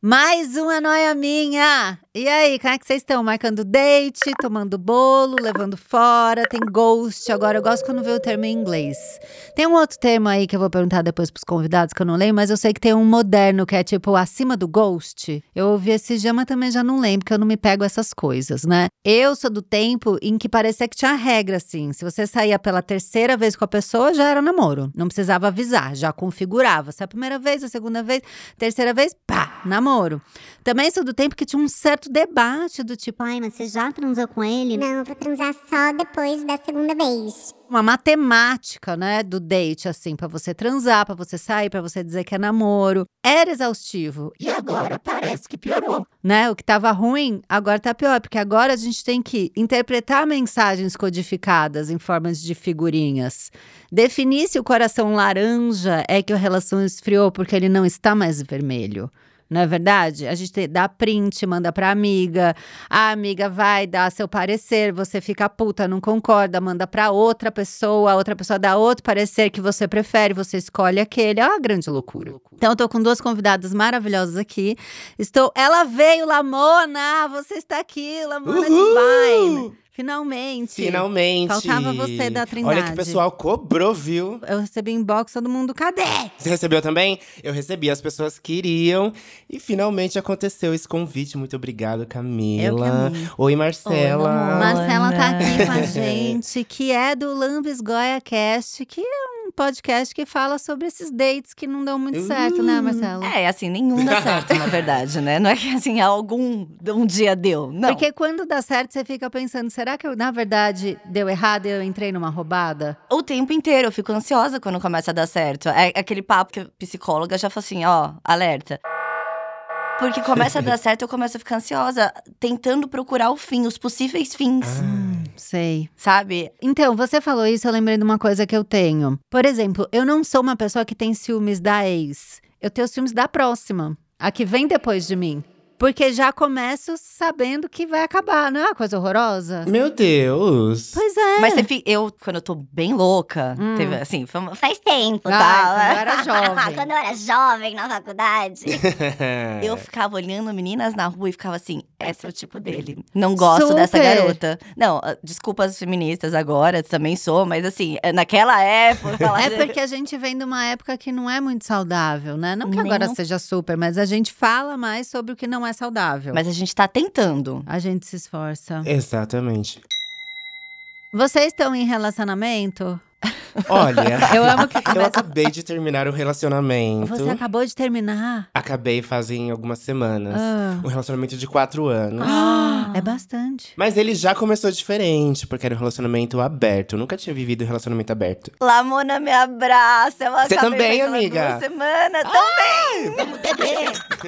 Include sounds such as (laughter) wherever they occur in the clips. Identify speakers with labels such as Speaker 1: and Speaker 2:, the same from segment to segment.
Speaker 1: Mais uma noia minha! E aí, como é que vocês estão? Marcando date, tomando bolo, levando fora, tem ghost. Agora eu gosto quando vê o termo em inglês. Tem um outro termo aí que eu vou perguntar depois pros convidados que eu não leio, mas eu sei que tem um moderno que é tipo acima do ghost. Eu ouvi esse dia, mas também já não lembro, porque eu não me pego essas coisas, né? Eu sou do tempo em que parecia que tinha regra, assim. Se você saía pela terceira vez com a pessoa, já era namoro. Não precisava avisar, já configurava. Se é a primeira vez, a segunda vez, terceira vez, pá, namoro. Também sou do tempo que tinha um certo debate do tipo, ai, mas você já transou com ele?
Speaker 2: Não, eu vou transar só depois da segunda vez.
Speaker 1: Uma matemática, né, do date, assim, pra você transar, pra você sair, pra você dizer que é namoro. Era exaustivo.
Speaker 3: E agora parece que piorou.
Speaker 1: né? O que estava ruim agora tá pior, porque agora a gente tem que interpretar mensagens codificadas em formas de figurinhas. Definir se o coração laranja é que a relação esfriou porque ele não está mais vermelho. Não é verdade? A gente te- dá print, manda pra amiga, a amiga vai dar seu parecer, você fica puta, não concorda, manda pra outra pessoa, a outra pessoa dá outro parecer que você prefere, você escolhe aquele. É uma grande loucura. Então, eu tô com duas convidadas maravilhosas aqui. Estou. Ela veio, Lamona! Você está aqui, Lamona Divine! Finalmente!
Speaker 3: Finalmente.
Speaker 1: Faltava você da Trindade.
Speaker 3: Olha que o pessoal cobrou, viu?
Speaker 1: Eu recebi inbox, todo mundo, cadê?
Speaker 3: Você recebeu também? Eu recebi, as pessoas queriam. E finalmente aconteceu esse convite. Muito obrigado, Camila.
Speaker 1: amei.
Speaker 3: Oi, Marcela.
Speaker 1: Marcela tá aqui
Speaker 4: (laughs)
Speaker 1: com a gente, que é do Lambis Goia Cast, que é um podcast que fala sobre esses dates que não dão muito certo, né, Marcela?
Speaker 4: É, assim, nenhum dá certo, na verdade, né? Não é que assim, algum um dia deu. Não.
Speaker 1: Porque quando dá certo, você fica pensando, será que eu, na verdade, deu errado e eu entrei numa roubada?
Speaker 4: o tempo inteiro eu fico ansiosa quando começa a dar certo. É aquele papo que a psicóloga já fala assim, ó, alerta. Porque começa a dar certo, eu começo a ficar ansiosa, tentando procurar o fim, os possíveis fins,
Speaker 3: Ah,
Speaker 1: Sei.
Speaker 4: sabe?
Speaker 1: Então, você falou isso, eu lembrei de uma coisa que eu tenho. Por exemplo, eu não sou uma pessoa que tem ciúmes da ex. Eu tenho ciúmes da próxima, a que vem depois de mim. Porque já começo sabendo que vai acabar, não é uma coisa horrorosa?
Speaker 3: Meu Deus. (laughs)
Speaker 1: Pois é.
Speaker 4: Mas você fica- eu, quando eu tô bem louca,
Speaker 1: Hum.
Speaker 4: teve assim, foi uma-
Speaker 2: Faz tempo.
Speaker 4: tá, né?
Speaker 2: (laughs)
Speaker 1: Ah, quando eu era jovem.
Speaker 4: (laughs)
Speaker 2: Quando eu era jovem, na faculdade.
Speaker 4: eu
Speaker 3: É.
Speaker 4: ficava olhando meninas na rua e ficava assim, esse é o tipo dele. Não gosto dessa
Speaker 1: Super.
Speaker 4: garota. Não, ah, desculpa as feministas agora, também sou, mas assim, eh, naquela época. eu falava-
Speaker 1: (laughs) É porque a gente vem de uma época que não é muito saudável, né? Não que
Speaker 4: Nem
Speaker 1: agora
Speaker 4: um-
Speaker 1: seja super, mas a gente fala mais sobre o que não é saudável.
Speaker 4: Mas a gente tá tentando.
Speaker 1: A gente se esforça.
Speaker 3: Exatamente.
Speaker 1: Vocês estão em relacionamento?
Speaker 3: Olha,
Speaker 1: (laughs) Eu amo que
Speaker 3: eu
Speaker 1: começa.
Speaker 3: acabei de terminar um relacionamento.
Speaker 1: Você acabou de terminar?
Speaker 3: Acabei fazem algumas semanas.
Speaker 1: Ah.
Speaker 3: Um relacionamento de quatro anos.
Speaker 1: Ah, é bastante.
Speaker 3: Mas ele já começou diferente, porque era um relacionamento aberto. Eu nunca tinha vivido um relacionamento aberto.
Speaker 4: Lamona me abraça. Eu
Speaker 3: Você também,
Speaker 4: acabei fazendo
Speaker 3: amiga?
Speaker 4: Duas semanas, Tá?
Speaker 1: Ah. (gasps)
Speaker 4: também.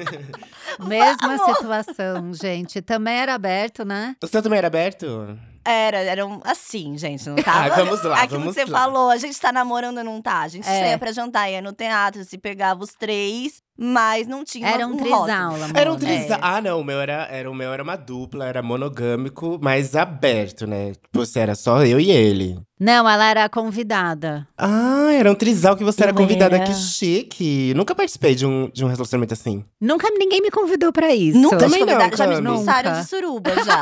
Speaker 1: Mesma situação, gente. Também era aberto, né?
Speaker 3: O seu também era aberto?
Speaker 4: Era, era um, assim, gente,
Speaker 3: (laughs)
Speaker 4: não tava.
Speaker 3: Ai, Ah, vamos lá,
Speaker 4: Aquilo
Speaker 3: vamos
Speaker 4: que você
Speaker 3: lá.
Speaker 4: falou, a gente tá namorando, não tá? A gente
Speaker 1: É.
Speaker 4: saía pra jantar, ia no teatro, se pegava os três, mas não tinha
Speaker 1: Era um
Speaker 4: rótulo.
Speaker 1: trisal, amor.
Speaker 3: Era um
Speaker 1: né?
Speaker 4: É.
Speaker 3: trisal. Ah, não, o meu era, era, o meu era uma dupla, era monogâmico, mas aberto, né? Você era só eu e ele.
Speaker 1: Não, ela era convidada.
Speaker 3: Ah, era um trisal que você era
Speaker 4: Eu
Speaker 3: convidada.
Speaker 4: era.
Speaker 3: Que chique. Nunca participei de um, de um relacionamento
Speaker 4: (laughs)
Speaker 3: assim.
Speaker 1: Nunca ninguém me convidou pra isso.
Speaker 4: Nunca
Speaker 3: Também
Speaker 4: te
Speaker 3: não,
Speaker 4: convidaram, já me
Speaker 3: Cami.
Speaker 4: expulsaram
Speaker 1: Nunca.
Speaker 4: de suruba, já.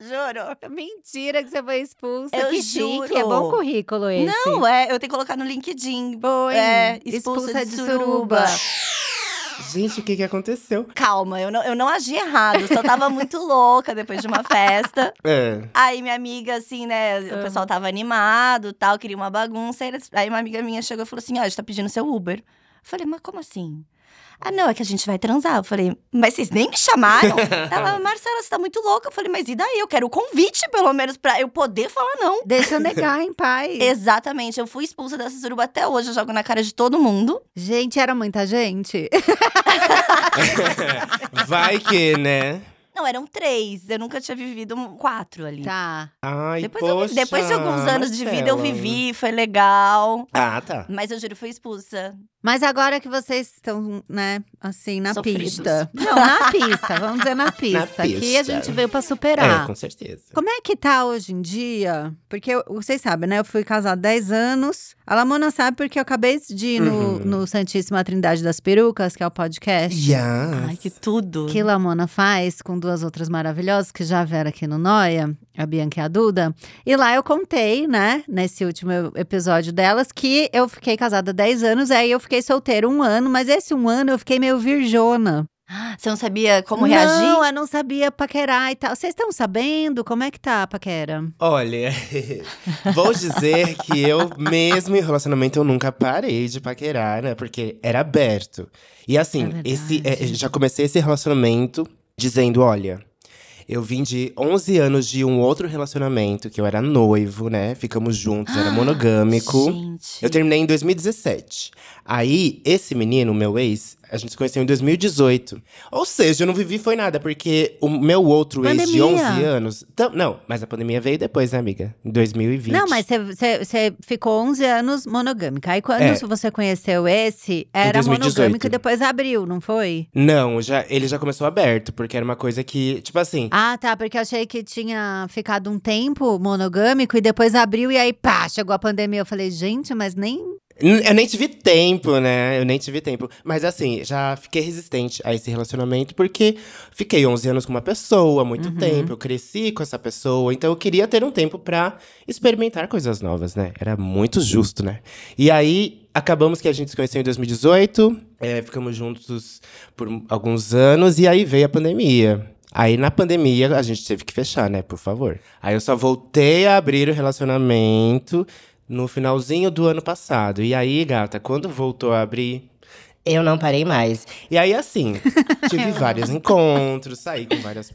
Speaker 4: Juro.
Speaker 1: (laughs) Mentira que você foi expulsa.
Speaker 4: Eu
Speaker 1: que
Speaker 4: juro.
Speaker 1: chique, é bom currículo esse.
Speaker 4: Não, é, eu tenho que colocar no LinkedIn.
Speaker 1: Põe,
Speaker 4: É,
Speaker 1: expulsa, de suruba.
Speaker 4: suruba.
Speaker 3: Gente, o que que aconteceu?
Speaker 4: Calma, eu não, eu não agi errado, eu só tava muito louca depois de uma festa.
Speaker 3: É. (laughs)
Speaker 4: Aí minha amiga, assim, né,
Speaker 1: Ah.
Speaker 4: o pessoal tava animado tal, queria uma bagunça. aí eles- Aí uma amiga minha chegou e falou assim: ó, a gente tá pedindo seu Uber. Eu falei, mas como assim? Ah, não, é que a gente vai transar. Eu falei, mas vocês nem me
Speaker 1: (laughs)
Speaker 4: chamaram? Ela, Marcela, você tá muito louca. Eu falei, mas e daí? Eu quero o convite, pelo menos, pra eu poder falar não.
Speaker 1: Deixa eu negar em paz.
Speaker 4: Exatamente, eu fui expulsa dessa suruba até hoje, eu jogo na cara de todo mundo.
Speaker 1: Gente, era muita gente.
Speaker 3: Vai que, né?
Speaker 4: Não, eram três, eu nunca tinha vivido um- quatro ali.
Speaker 1: Tá.
Speaker 3: Ai,
Speaker 4: Depois, eu-
Speaker 3: poxa,
Speaker 4: depois de alguns anos de vida, eu
Speaker 3: Marcela.
Speaker 1: né?
Speaker 4: vivi, foi legal.
Speaker 3: Ah, tá.
Speaker 4: Mas eu juro, fui expulsa.
Speaker 1: Mas agora que vocês estão, né, assim, na
Speaker 4: Sofridos.
Speaker 1: pista. Não, na pista, vamos dizer na pista. Aqui a
Speaker 3: pista.
Speaker 1: gente veio pra
Speaker 3: É,
Speaker 1: superar.
Speaker 3: com certeza.
Speaker 1: Como é que tá hoje em dia? Porque eu- vocês sabem, né? Eu fui casada há 10 anos. A Lamona sabe porque eu acabei de ir no,
Speaker 3: Uhum.
Speaker 1: no Santíssima Trindade das Perucas, que é o podcast.
Speaker 3: Yes.
Speaker 4: Ai, que tudo.
Speaker 1: que Lamona faz com duas outras maravilhosas que já vieram aqui no Noia, a Bianca e a Duda. E lá eu contei, né, nesse último eu- episódio delas, que eu fiquei casada há 10 anos, aí eu fiquei solteira um ano, mas esse um ano eu fiquei meio virjona.
Speaker 4: Você não sabia como
Speaker 1: não,
Speaker 4: reagir?
Speaker 1: eu não sabia paquerar e tal. Vocês estão sabendo como é que tá a paquera?
Speaker 3: Olha, (laughs) vou dizer que eu, mesmo em relacionamento, eu nunca parei de paquerar, né? Porque era aberto. E assim,
Speaker 1: É
Speaker 3: esse,
Speaker 1: verdade.
Speaker 3: é, já comecei esse relacionamento dizendo: olha, eu vim de 11 anos de um outro relacionamento, que eu era noivo, né? Ficamos juntos,
Speaker 1: Ah,
Speaker 3: era
Speaker 1: é
Speaker 3: monogâmico.
Speaker 4: Gente.
Speaker 3: Eu terminei em 2017. Aí, esse menino, meu ex, a gente se conheceu em 2018. Ou seja, eu não vivi foi nada, porque o meu outro ex de
Speaker 1: Pandemia.
Speaker 3: 11 anos. tam- não, mas a pandemia veio depois, né, amiga? Em 2020.
Speaker 1: Não, mas você ficou 11 anos monogâmica. Aí quando
Speaker 3: É.
Speaker 1: você conheceu esse, era
Speaker 3: 2018.
Speaker 1: monogâmico e depois abriu, não foi?
Speaker 3: Não, já, ele já começou aberto, porque era uma coisa que, tipo assim.
Speaker 1: Ah, tá, porque eu achei que tinha ficado um tempo monogâmico e depois abriu e aí pá, chegou a pandemia. Eu falei, gente, mas nem.
Speaker 3: n- Eu nem tive tempo, né? Eu nem tive tempo. Mas assim, já fiquei resistente a esse relacionamento, porque fiquei 11 anos com uma pessoa, muito tempo. Eu cresci com essa pessoa, então eu queria ter um tempo pra experimentar coisas novas, né? Era muito justo, né? E aí, acabamos que a gente se conheceu em 2018, é, ficamos juntos por um- alguns anos, e aí veio a pandemia. Aí, na pandemia, a gente teve que fechar, né? Por favor. Aí eu só voltei a abrir o relacionamento no finalzinho do ano passado. E aí, gata, quando voltou a abrir. Eu não parei mais. E aí, assim, tive vários encontros, saí com várias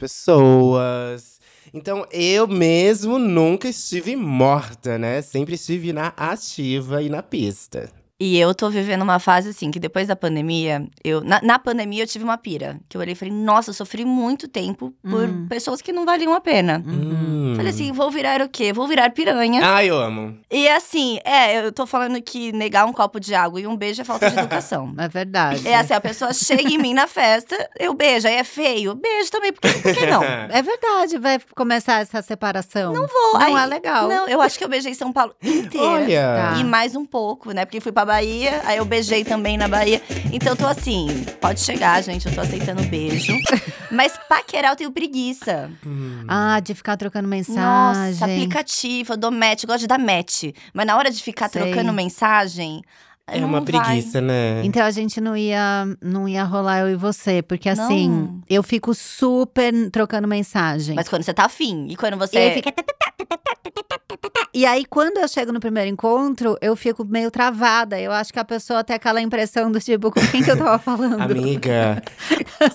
Speaker 3: pessoas. Então, eu mesmo nunca estive morta, né? Sempre estive na ativa e na pista.
Speaker 4: E eu tô vivendo uma fase assim, que depois da pandemia, eu. Na, na pandemia eu tive uma pira. Que eu olhei e falei, nossa, eu sofri muito tempo por
Speaker 1: Uhum.
Speaker 4: pessoas que não valiam a pena.
Speaker 3: Hum.
Speaker 4: Falei assim, vou virar o quê? Vou virar piranha.
Speaker 3: Ai, eu amo.
Speaker 4: E assim, é, eu tô falando que negar um copo de água e um beijo
Speaker 1: (laughs)
Speaker 4: é falta de educação.
Speaker 1: É verdade.
Speaker 4: É assim, a pessoa chega em mim na festa, eu beijo, aí é feio, beijo também, porque por que
Speaker 3: (laughs)
Speaker 4: não?
Speaker 1: É verdade, vai começar essa separação. (laughs) Não
Speaker 4: Vou,
Speaker 1: Não
Speaker 4: aí-
Speaker 1: é legal.
Speaker 4: Não, eu acho que eu beijei São Paulo inteira.
Speaker 3: Olha.
Speaker 1: Tá.
Speaker 4: E mais um pouco, né? Porque fui pra Bahia, aí eu beijei também na Bahia. Então eu tô assim, pode chegar, gente, eu tô aceitando beijo. Mas paquerar eu tenho preguiça.
Speaker 3: Hum.
Speaker 1: Ah, de ficar trocando mensagem.
Speaker 4: Nossa, aplicativo, eu dou match, eu gosto de dar match. Mas na hora de ficar
Speaker 1: Sei.
Speaker 4: trocando mensagem,
Speaker 3: é
Speaker 4: não
Speaker 3: uma
Speaker 4: vai.
Speaker 3: preguiça, né?
Speaker 1: Então a gente não ia, não ia rolar eu e você, porque
Speaker 4: Não.
Speaker 1: assim, eu fico super trocando mensagem.
Speaker 4: Mas quando você tá afim, e quando
Speaker 1: E aí
Speaker 4: você…
Speaker 1: fica E aí, quando eu chego no primeiro encontro, eu fico meio travada. Eu acho que a pessoa tem aquela impressão do tipo, com quem que eu tava falando?
Speaker 3: Amiga,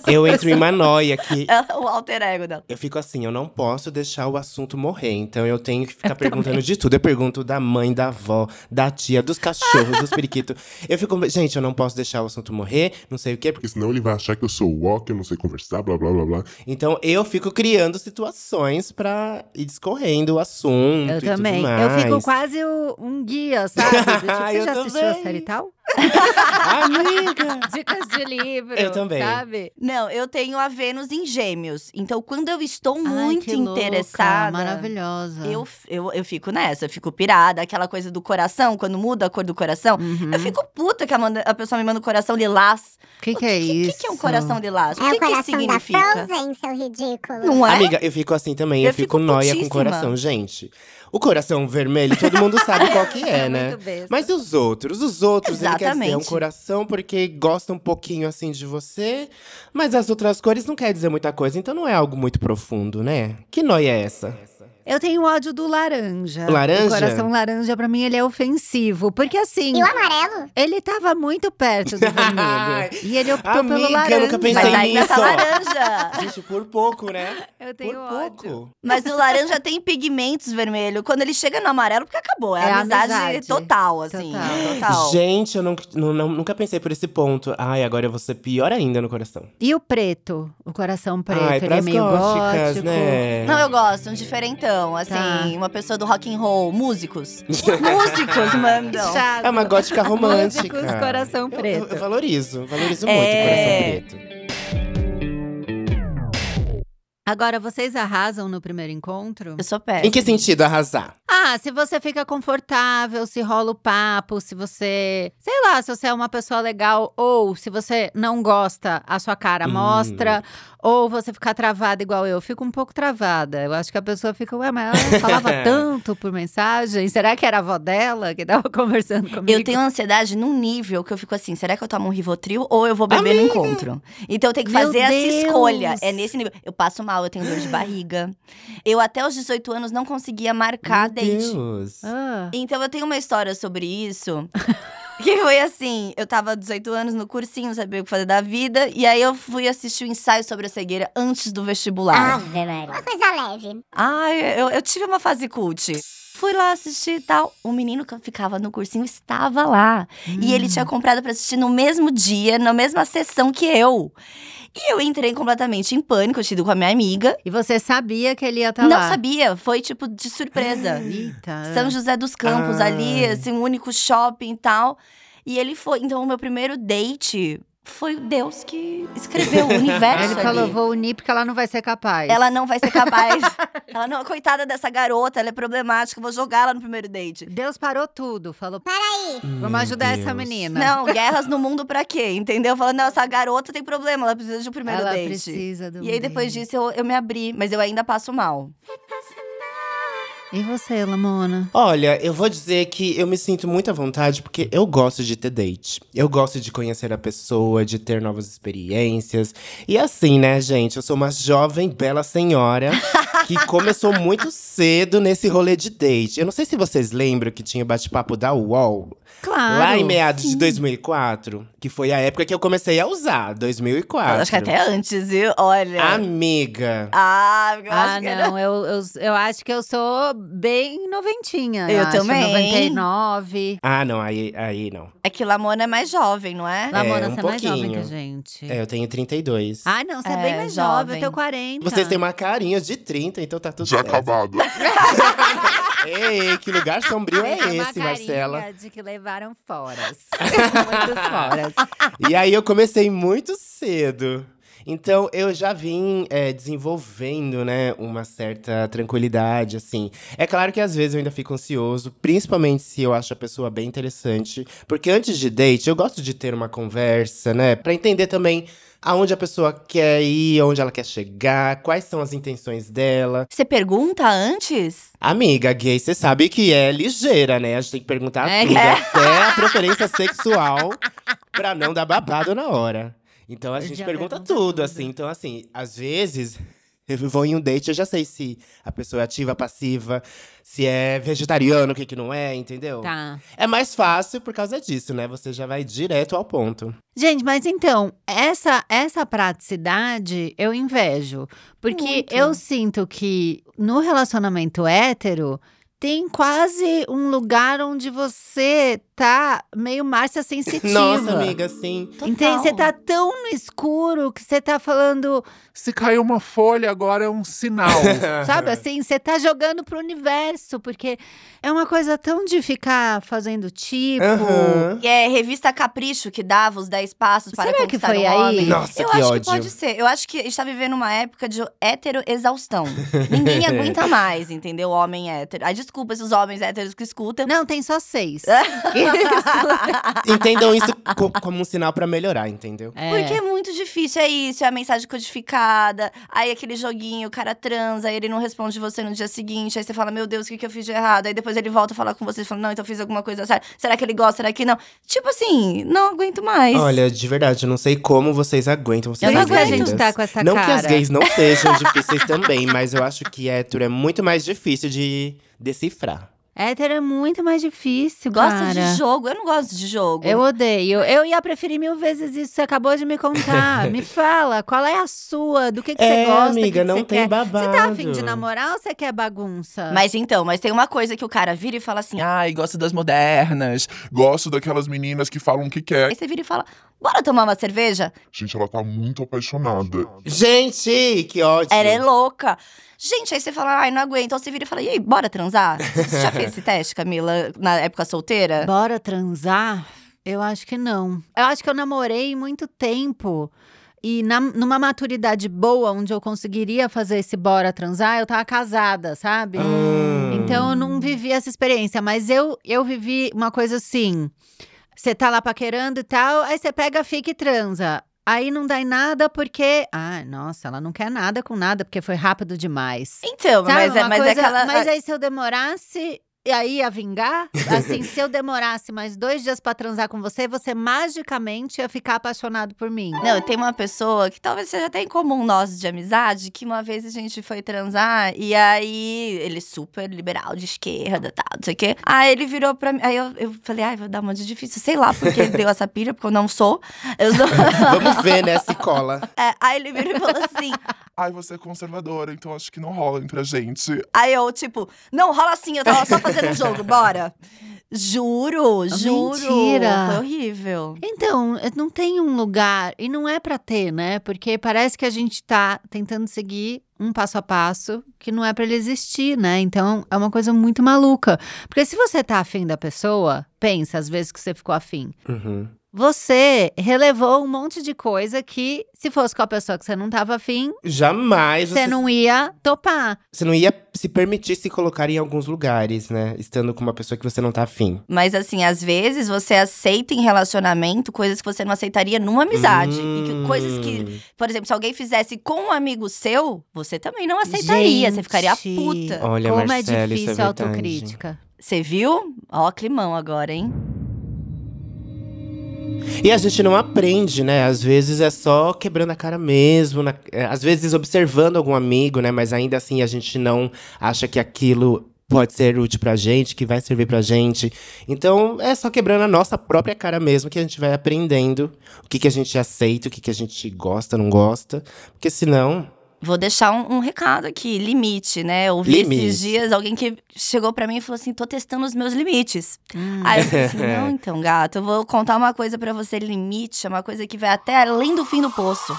Speaker 3: eu entro em uma noia que
Speaker 4: Ela- (laughs) o alter ego dela.
Speaker 3: Eu fico assim, eu não posso deixar o assunto morrer. Então eu tenho que ficar perguntando de tudo. Eu pergunto da mãe, da avó, da tia, dos cachorros, (laughs) dos periquitos. Eu fico, gente, eu não posso deixar o assunto morrer, não sei o quê. porque-
Speaker 5: porque senão ele vai achar que eu sou o que eu não sei conversar, blá blá blá blá.
Speaker 3: Então eu fico criando situações pra ir discorrendo o assunto.
Speaker 1: Eu
Speaker 3: e tudo
Speaker 1: também. Eu
Speaker 3: mais. (laughs)
Speaker 1: fico quase o- um guia, sabe? Do Tipo, você
Speaker 3: Eu
Speaker 1: já assistiu a
Speaker 3: também.
Speaker 1: série tal?
Speaker 3: Amiga!
Speaker 1: Dicas de livro.
Speaker 3: Eu também.
Speaker 1: Sabe?
Speaker 4: Não, eu tenho a Vênus em gêmeos. Então, quando eu estou
Speaker 1: Ai,
Speaker 4: muito
Speaker 1: que louca,
Speaker 4: interessada…
Speaker 1: maravilhosa.
Speaker 4: Eu, f- eu, eu fico nessa, eu fico pirada. Aquela coisa do coração, quando muda a cor do coração.
Speaker 1: Uhum.
Speaker 4: Eu fico puta que a, manda- a pessoa me manda um coração lilás.
Speaker 1: Que
Speaker 4: O
Speaker 1: que é
Speaker 4: que,
Speaker 1: isso?
Speaker 4: que é um coração lilás?
Speaker 2: É
Speaker 4: o
Speaker 2: o
Speaker 4: que, que
Speaker 2: coração da
Speaker 4: significa?
Speaker 2: Frozen, seu ridículo.
Speaker 4: Não é?
Speaker 3: Amiga, eu fico assim também. Eu,
Speaker 4: Eu
Speaker 3: fico,
Speaker 4: fico
Speaker 3: noia com o
Speaker 4: putíssima.
Speaker 3: coração, gente. O coração vermelho, todo mundo sabe qual que (laughs) é, né?
Speaker 1: Muito besta.
Speaker 3: Mas e os outros? Os outros, ele quer ser um
Speaker 4: Exatamente.
Speaker 3: coração porque gosta um pouquinho, assim, de você. Mas as outras cores não quer dizer muita coisa, então não é algo muito profundo, né? Que noia é essa?
Speaker 1: Eu tenho ódio do laranja.
Speaker 3: O laranja?
Speaker 1: O coração laranja, pra mim, ele é ofensivo. Porque assim,
Speaker 2: E o amarelo?
Speaker 1: ele tava muito perto
Speaker 3: (laughs)
Speaker 1: do vermelho. e ele optou
Speaker 3: Amiga,
Speaker 1: pelo
Speaker 3: eu
Speaker 1: laranja.
Speaker 3: nunca pensei
Speaker 4: Mas
Speaker 3: Tem
Speaker 4: ainda tá
Speaker 3: isso.
Speaker 4: laranja.
Speaker 3: Gente, por pouco, né?
Speaker 1: Eu (laughs) tenho
Speaker 3: por
Speaker 1: ódio.
Speaker 3: pouco.
Speaker 4: Mas o laranja tem pigmentos vermelho. Quando ele chega no amarelo, porque acabou. É,
Speaker 1: É a
Speaker 4: amizade,
Speaker 1: amizade.
Speaker 4: total, assim.
Speaker 1: Total.
Speaker 4: Total.
Speaker 3: Gente, eu não, não- não- nunca pensei por esse ponto. Ai, agora eu vou ser pior ainda no coração.
Speaker 1: E o preto? O coração preto,
Speaker 3: Ai,
Speaker 1: ele é
Speaker 3: pras
Speaker 1: meio
Speaker 3: góticas,
Speaker 1: gótico.
Speaker 3: né?
Speaker 4: Não, eu gosto, um diferentão, assim,
Speaker 1: Tá.
Speaker 4: uma pessoa do rock and roll, músicos. músicos mandam.
Speaker 1: Chato.
Speaker 3: É uma
Speaker 1: (laughs)
Speaker 3: gótica romântica.
Speaker 1: Músicos, coração
Speaker 3: Eu- eu-
Speaker 1: preto.
Speaker 3: Eu, valorizo, valorizo
Speaker 4: É.
Speaker 3: muito o coração preto.
Speaker 1: Agora, vocês arrasam no primeiro encontro?
Speaker 4: Eu sou
Speaker 3: Em
Speaker 4: péssima.
Speaker 3: que sentido arrasar?
Speaker 1: Ah, se você fica confortável, se rola o papo, se você. Sei lá, se você é uma pessoa legal ou se você não gosta, a sua cara
Speaker 3: Hum.
Speaker 1: mostra. Ou você ficar travada igual eu. Eu Fico um pouco travada. Eu acho que a pessoa fica, ué, mas
Speaker 3: (laughs)
Speaker 1: ela falava tanto por mensagem. Será que era a avó dela que tava (laughs) conversando comigo?
Speaker 4: Eu tenho um ansiedade num nível que eu fico assim, será que eu tomo um Rivotril ou eu vou beber no encontro? Então eu tenho que
Speaker 1: Meu
Speaker 4: fazer essa
Speaker 1: Deus!
Speaker 4: escolha. É nesse nível. Eu passo mal, eu tenho dor de barriga. Eu até os 18 anos não conseguia marcar
Speaker 3: Meu
Speaker 4: date.
Speaker 3: Deus.
Speaker 1: Ah,
Speaker 4: Então eu tenho uma história sobre isso. (laughs) Que foi assim, eu tava 18 anos no cursinho, sabia o que fazer da vida. E aí eu fui assistir o ensaio sobre a cegueira antes do vestibular.
Speaker 2: Ave Maria. Uma coisa leve.
Speaker 4: Ai, eu, eu tive uma fase cult. Fui lá assistir e tal. O menino que ficava no cursinho estava lá. E ele
Speaker 1: Hum.
Speaker 4: tinha comprado pra assistir no mesmo dia, na mesma sessão que eu. E eu entrei completamente em pânico, eu tido com a minha amiga.
Speaker 1: E você sabia que ele ia estar
Speaker 4: Não
Speaker 1: Tá lá?
Speaker 4: sabia, foi tipo de surpresa.
Speaker 1: Eita.
Speaker 4: São José dos Campos
Speaker 3: Ah.
Speaker 4: ali, assim, um único shopping e tal. E ele foi. Então, o meu primeiro date foi Deus que
Speaker 1: (laughs)
Speaker 4: escreveu o universo.
Speaker 1: Ele falou,
Speaker 4: ali.
Speaker 1: vou unir porque ela não vai ser capaz.
Speaker 4: Ela não vai ser capaz. (laughs) ela não, coitada dessa garota, ela é problemática, eu vou jogar ela no primeiro date.
Speaker 1: Deus parou tudo, falou,
Speaker 3: Meu
Speaker 1: vamos ajudar essa
Speaker 3: Deus.
Speaker 1: menina.
Speaker 4: Não, guerras no mundo pra quê? Entendeu? Falando, não, essa garota tem problema, ela precisa de um primeiro
Speaker 1: ela
Speaker 4: date.
Speaker 1: precisa do
Speaker 4: E aí depois disso eu, eu me abri, mas eu ainda passo mal.
Speaker 1: E você, Lamona?
Speaker 3: Olha, eu vou dizer que eu me sinto muito à vontade porque eu gosto de ter date. Eu gosto de conhecer a pessoa, de ter novas experiências. E assim, né, gente? Eu sou uma jovem, bela senhora que começou muito cedo nesse rolê de date. Eu não sei se vocês lembram que tinha o bate-papo da UOL
Speaker 1: Claro.
Speaker 3: lá em meados de 2004, que foi a época que eu comecei a usar,
Speaker 1: Ah,
Speaker 3: 2004.
Speaker 4: Acho que até é. antes, viu? Olha.
Speaker 3: Amiga.
Speaker 4: Ah, eu acho
Speaker 1: Ah,
Speaker 4: que era.
Speaker 1: não, eu, eu, eu acho que eu sou bem noventinha.
Speaker 4: Eu
Speaker 1: acho,
Speaker 4: também.
Speaker 1: 99.
Speaker 3: Ah, não, aí, aí não.
Speaker 4: É que Lamona é mais jovem, não é?
Speaker 1: Lamona,
Speaker 3: um
Speaker 1: você é mais jovem que a
Speaker 3: pouquinho.
Speaker 1: gente.
Speaker 3: É, eu tenho 32.
Speaker 1: Ah, tá. não, você é,
Speaker 4: É,
Speaker 1: bem mais
Speaker 4: jovem.
Speaker 1: jovem, eu tenho 40.
Speaker 3: Vocês têm uma carinha de 30, então tá tudo
Speaker 5: Já
Speaker 3: certo.
Speaker 5: acabado. (laughs)
Speaker 3: Ei, que lugar sombrio é
Speaker 1: Tem uma
Speaker 3: esse,
Speaker 1: carinha
Speaker 3: Marcela?
Speaker 1: Ah, de que levaram foras.
Speaker 3: (laughs)
Speaker 1: Muitos foras.
Speaker 3: E aí eu comecei muito cedo. Então eu já vim é, desenvolvendo, né, uma certa tranquilidade, assim. É claro que às vezes eu ainda fico ansioso, principalmente se eu acho a pessoa bem interessante. Porque antes de date, eu gosto de ter uma conversa, né? Pra entender também aonde a pessoa quer ir, aonde ela quer chegar, quais são as intenções dela.
Speaker 4: Você pergunta antes?
Speaker 3: Amiga, gay, você sabe que é ligeira, né? A gente tem que perguntar
Speaker 1: É.
Speaker 3: tudo, né?
Speaker 1: (laughs)
Speaker 3: até a preferência sexual, pra não dar babado na hora. Então a
Speaker 1: Eu
Speaker 3: gente
Speaker 1: já
Speaker 3: pergunta
Speaker 1: pergunto
Speaker 3: tudo,
Speaker 1: tudo.
Speaker 3: assim. Então, assim, às vezes (laughs) eu vou em um date, eu já sei se a pessoa é ativa, passiva, se é vegetariano, o que, que não é, entendeu?
Speaker 1: Tá.
Speaker 3: É mais fácil por causa disso, né? Você já vai direto ao ponto.
Speaker 1: Gente, mas então, essa essa praticidade eu invejo. Porque
Speaker 4: Muito.
Speaker 1: eu sinto que no relacionamento hétero tem quase um lugar onde você tá meio Márcia sensitiva.
Speaker 3: Nossa, amiga, assim.
Speaker 1: Entende? Você tá tão no escuro que você tá falando,
Speaker 6: Se caiu uma folha, agora é um sinal.
Speaker 1: (laughs) sabe assim, você tá jogando pro universo, porque é uma coisa tão de ficar fazendo tipo.
Speaker 3: Aham.
Speaker 1: (laughs)
Speaker 4: E É revista Capricho que dava os 10 passos para
Speaker 1: Será que
Speaker 4: conquistar
Speaker 1: foi aí?
Speaker 4: um homem.
Speaker 3: Nossa,
Speaker 4: eu
Speaker 3: que
Speaker 4: acho
Speaker 3: ódio.
Speaker 4: que pode ser. Eu acho que a gente tá vivendo uma época de
Speaker 3: (laughs)
Speaker 4: heteroexaustão. Ninguém aguenta mais, entendeu? Homem hétero. Ah, desculpa se os homens héteros que escutam.
Speaker 1: Não, tem só seis. (laughs)
Speaker 3: Entendam isso co- como um sinal pra melhorar, entendeu?
Speaker 1: É.
Speaker 4: Porque é muito difícil, é isso, é a mensagem codificada. Aí aquele joguinho, o cara transa, aí ele não responde você no dia seguinte. Aí você fala, meu Deus, o que, que eu fiz de errado? Aí depois ele volta a falar com você e fala, não, então eu fiz alguma coisa séria. Será que ele gosta? Será que não? Tipo assim, não aguento mais.
Speaker 3: Olha, de verdade, eu não sei como vocês aguentam. Vocês
Speaker 1: Eu não
Speaker 3: são
Speaker 1: aguento
Speaker 3: lindas.
Speaker 1: estar com essa
Speaker 3: Não
Speaker 1: cara.
Speaker 3: que as gays não sejam difíceis também, mas eu acho que hétero é muito mais difícil de decifrar.
Speaker 1: Hétero é muito mais difícil,
Speaker 4: gosta
Speaker 1: cara.
Speaker 4: de jogo, eu não gosto de jogo.
Speaker 1: Eu odeio. Eu ia preferir mil vezes isso. Você acabou de me
Speaker 3: (laughs)
Speaker 1: contar. me fala, qual é a sua? Do que, que
Speaker 3: é,
Speaker 1: você gosta? o
Speaker 3: amiga,
Speaker 1: que que
Speaker 3: não
Speaker 1: você
Speaker 3: tem
Speaker 1: quer?
Speaker 3: babado.
Speaker 1: Você tá afim de namorar ou você quer bagunça?
Speaker 4: Mas então, mas tem uma coisa que o cara vira e fala assim, ah,
Speaker 6: Ai, gosto das modernas.
Speaker 5: Gosto daquelas meninas que falam o que quer.
Speaker 4: aí você vira e fala, bora tomar uma cerveja?
Speaker 5: Gente, ela tá muito apaixonada.
Speaker 3: Gente, que ótimo!
Speaker 4: Ela é louca. Gente, aí você fala, ai, não aguento. Aí você vira e fala, e aí, bora transar? Você já fez esse teste, Camila, na época solteira?
Speaker 1: Bora transar? Eu acho que não. Eu acho que eu namorei muito tempo. E na- numa maturidade boa, onde eu conseguiria fazer esse bora transar, eu tava casada, sabe?
Speaker 3: Hum.
Speaker 1: Então eu não vivi essa experiência, mas eu, eu vivi uma coisa assim. Você tá lá paquerando e tal, aí você pega, fica e transa. Aí não dá em nada porque. Ah, nossa, ela não quer nada com nada, porque foi rápido demais.
Speaker 4: Então,
Speaker 1: Sabe
Speaker 4: mas, é,
Speaker 1: uma
Speaker 4: mas é
Speaker 1: coisa?
Speaker 4: aquela.
Speaker 1: Mas aí se eu demorasse, e aí ia vingar? Assim, se eu demorasse mais dois dias pra transar com você, você magicamente ia ficar apaixonado por mim.
Speaker 4: Não, tem uma pessoa que talvez seja até em comum nós de amizade, que uma vez a gente foi transar e aí ele é super liberal, de esquerda, tal, não sei o quê. Aí ele virou pra mim, aí eu, eu falei, ai, vai dar uma de difícil, sei lá porque ele deu essa pilha, porque eu não sou. Eu sou...
Speaker 3: Vamos ver, né, se cola.
Speaker 4: É, aí ele virou e falou assim,
Speaker 5: Ai, você é conservadora, então acho que não rola entre a gente.
Speaker 4: aí eu tipo, não, rola assim, eu tava só fazendo um jogo, bora. Juro, juro.
Speaker 1: Mentira.
Speaker 4: Foi horrível.
Speaker 1: Então, eh, não tem um lugar, e não é pra ter, né? Porque parece que a gente tá tentando seguir um passo a passo que não é pra ele existir, né? Então, é uma coisa muito maluca. Porque se você tá afim da pessoa, pensa às vezes que você ficou afim.
Speaker 3: Uhum.
Speaker 1: Você relevou um monte de coisa que, se fosse com a pessoa que você não tava afim,
Speaker 3: Jamais
Speaker 1: você
Speaker 3: você
Speaker 1: não ia topar.
Speaker 3: você não ia se permitir se colocar em alguns lugares, né? Estando com uma pessoa que você não tá afim.
Speaker 4: Mas assim, às vezes você aceita em relacionamento coisas que você não aceitaria numa amizade. E que- coisas que,
Speaker 3: Hum.
Speaker 4: por exemplo, se alguém fizesse com um amigo seu, você também não aceitaria. Você ficaria
Speaker 1: Gente.
Speaker 4: puta.
Speaker 3: Olha,
Speaker 1: Como é
Speaker 3: Marcela,
Speaker 1: difícil
Speaker 3: isso é
Speaker 1: a
Speaker 3: verdade.
Speaker 1: autocrítica.
Speaker 4: Você viu? Ó, climão agora, hein?
Speaker 3: E a gente não aprende, né? Às vezes é só quebrando a cara mesmo, na- é, às vezes observando algum amigo, né? Mas ainda assim a gente não acha que aquilo pode ser útil pra gente, que vai servir pra gente. Então é só quebrando a nossa própria cara mesmo que a gente vai aprendendo o que, que a gente aceita, o que, que a gente gosta, não gosta. Porque senão.
Speaker 4: Vou deixar um, um recado aqui, limite, né? Eu vi
Speaker 3: Limite.
Speaker 4: esses dias alguém que chegou pra mim e falou assim: tô testando os meus limites.
Speaker 1: Hum.
Speaker 4: Aí eu falei assim: não, então, gato, eu vou contar uma coisa pra você: limite é uma coisa que vai até além do fim do poço.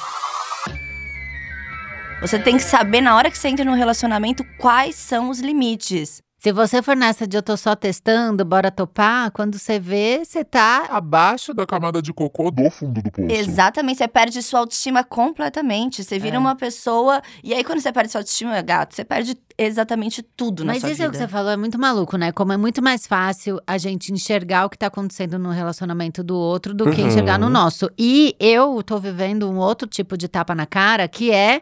Speaker 4: Você tem que saber, na hora que você entra num relacionamento, quais são os limites.
Speaker 1: Se você for nessa de eu tô só testando, bora topar, quando você vê, você tá.
Speaker 6: Abaixo da
Speaker 5: Da camada de cocô do fundo do poço.
Speaker 4: Exatamente, você perde sua autoestima completamente. Você vira
Speaker 1: É.
Speaker 4: uma pessoa. E aí, quando você perde sua autoestima, gato, você perde exatamente tudo na
Speaker 1: Mas
Speaker 4: sua
Speaker 1: isso é o que
Speaker 4: vida.
Speaker 1: você falou, é muito maluco, né? Como é muito mais fácil a gente enxergar o que tá acontecendo no relacionamento do outro do que
Speaker 3: Uhum.
Speaker 1: enxergar no nosso. E eu tô vivendo um outro tipo de tapa na cara, que é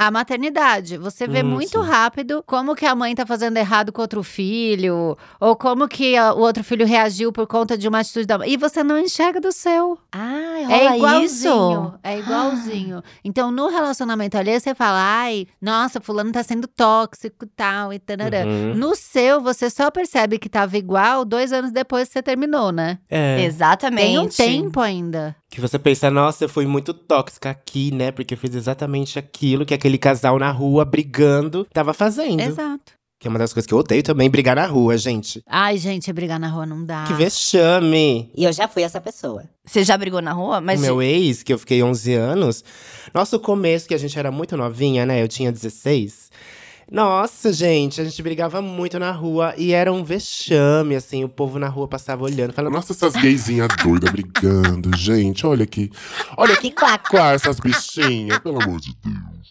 Speaker 1: a maternidade. Você vê
Speaker 3: Hum,
Speaker 1: muito
Speaker 3: sim.
Speaker 1: rápido como que a mãe tá fazendo errado com outro filho, ou como que a- o outro filho reagiu por conta de uma atitude da mãe. E você não enxerga do seu.
Speaker 4: Ai, Ah, rola
Speaker 1: É igualzinho,
Speaker 4: isso.
Speaker 1: é igualzinho. Então, no relacionamento ali, você fala, ai, nossa, fulano tá sendo tóxico e tal, e tarará.
Speaker 3: Uhum.
Speaker 1: No seu, você só percebe que tava igual dois anos depois que você terminou, né?
Speaker 3: É.
Speaker 4: Exatamente.
Speaker 1: Tem um tempo ainda.
Speaker 3: Que você pensa, nossa, eu fui muito tóxica aqui, né? Porque eu fiz exatamente aquilo que aquele casal na rua brigando tava fazendo.
Speaker 1: Exato.
Speaker 3: Que é uma das coisas que eu odeio também, brigar na rua, gente.
Speaker 1: Ai, gente, brigar na rua não dá.
Speaker 3: Que vexame!
Speaker 7: E eu já fui essa pessoa.
Speaker 4: Você já brigou na rua? Mas
Speaker 3: o meu ex, que eu fiquei 11 anos, nosso começo, que a gente era muito novinha, né? Eu tinha 16. Nossa, gente, a gente brigava muito na rua e era um vexame, assim. O povo na rua passava olhando, falando,
Speaker 5: Nossa, essas gaysinhas doidas brigando, gente. Olha aqui. Olha que quá essas bichinhas, pelo amor de Deus.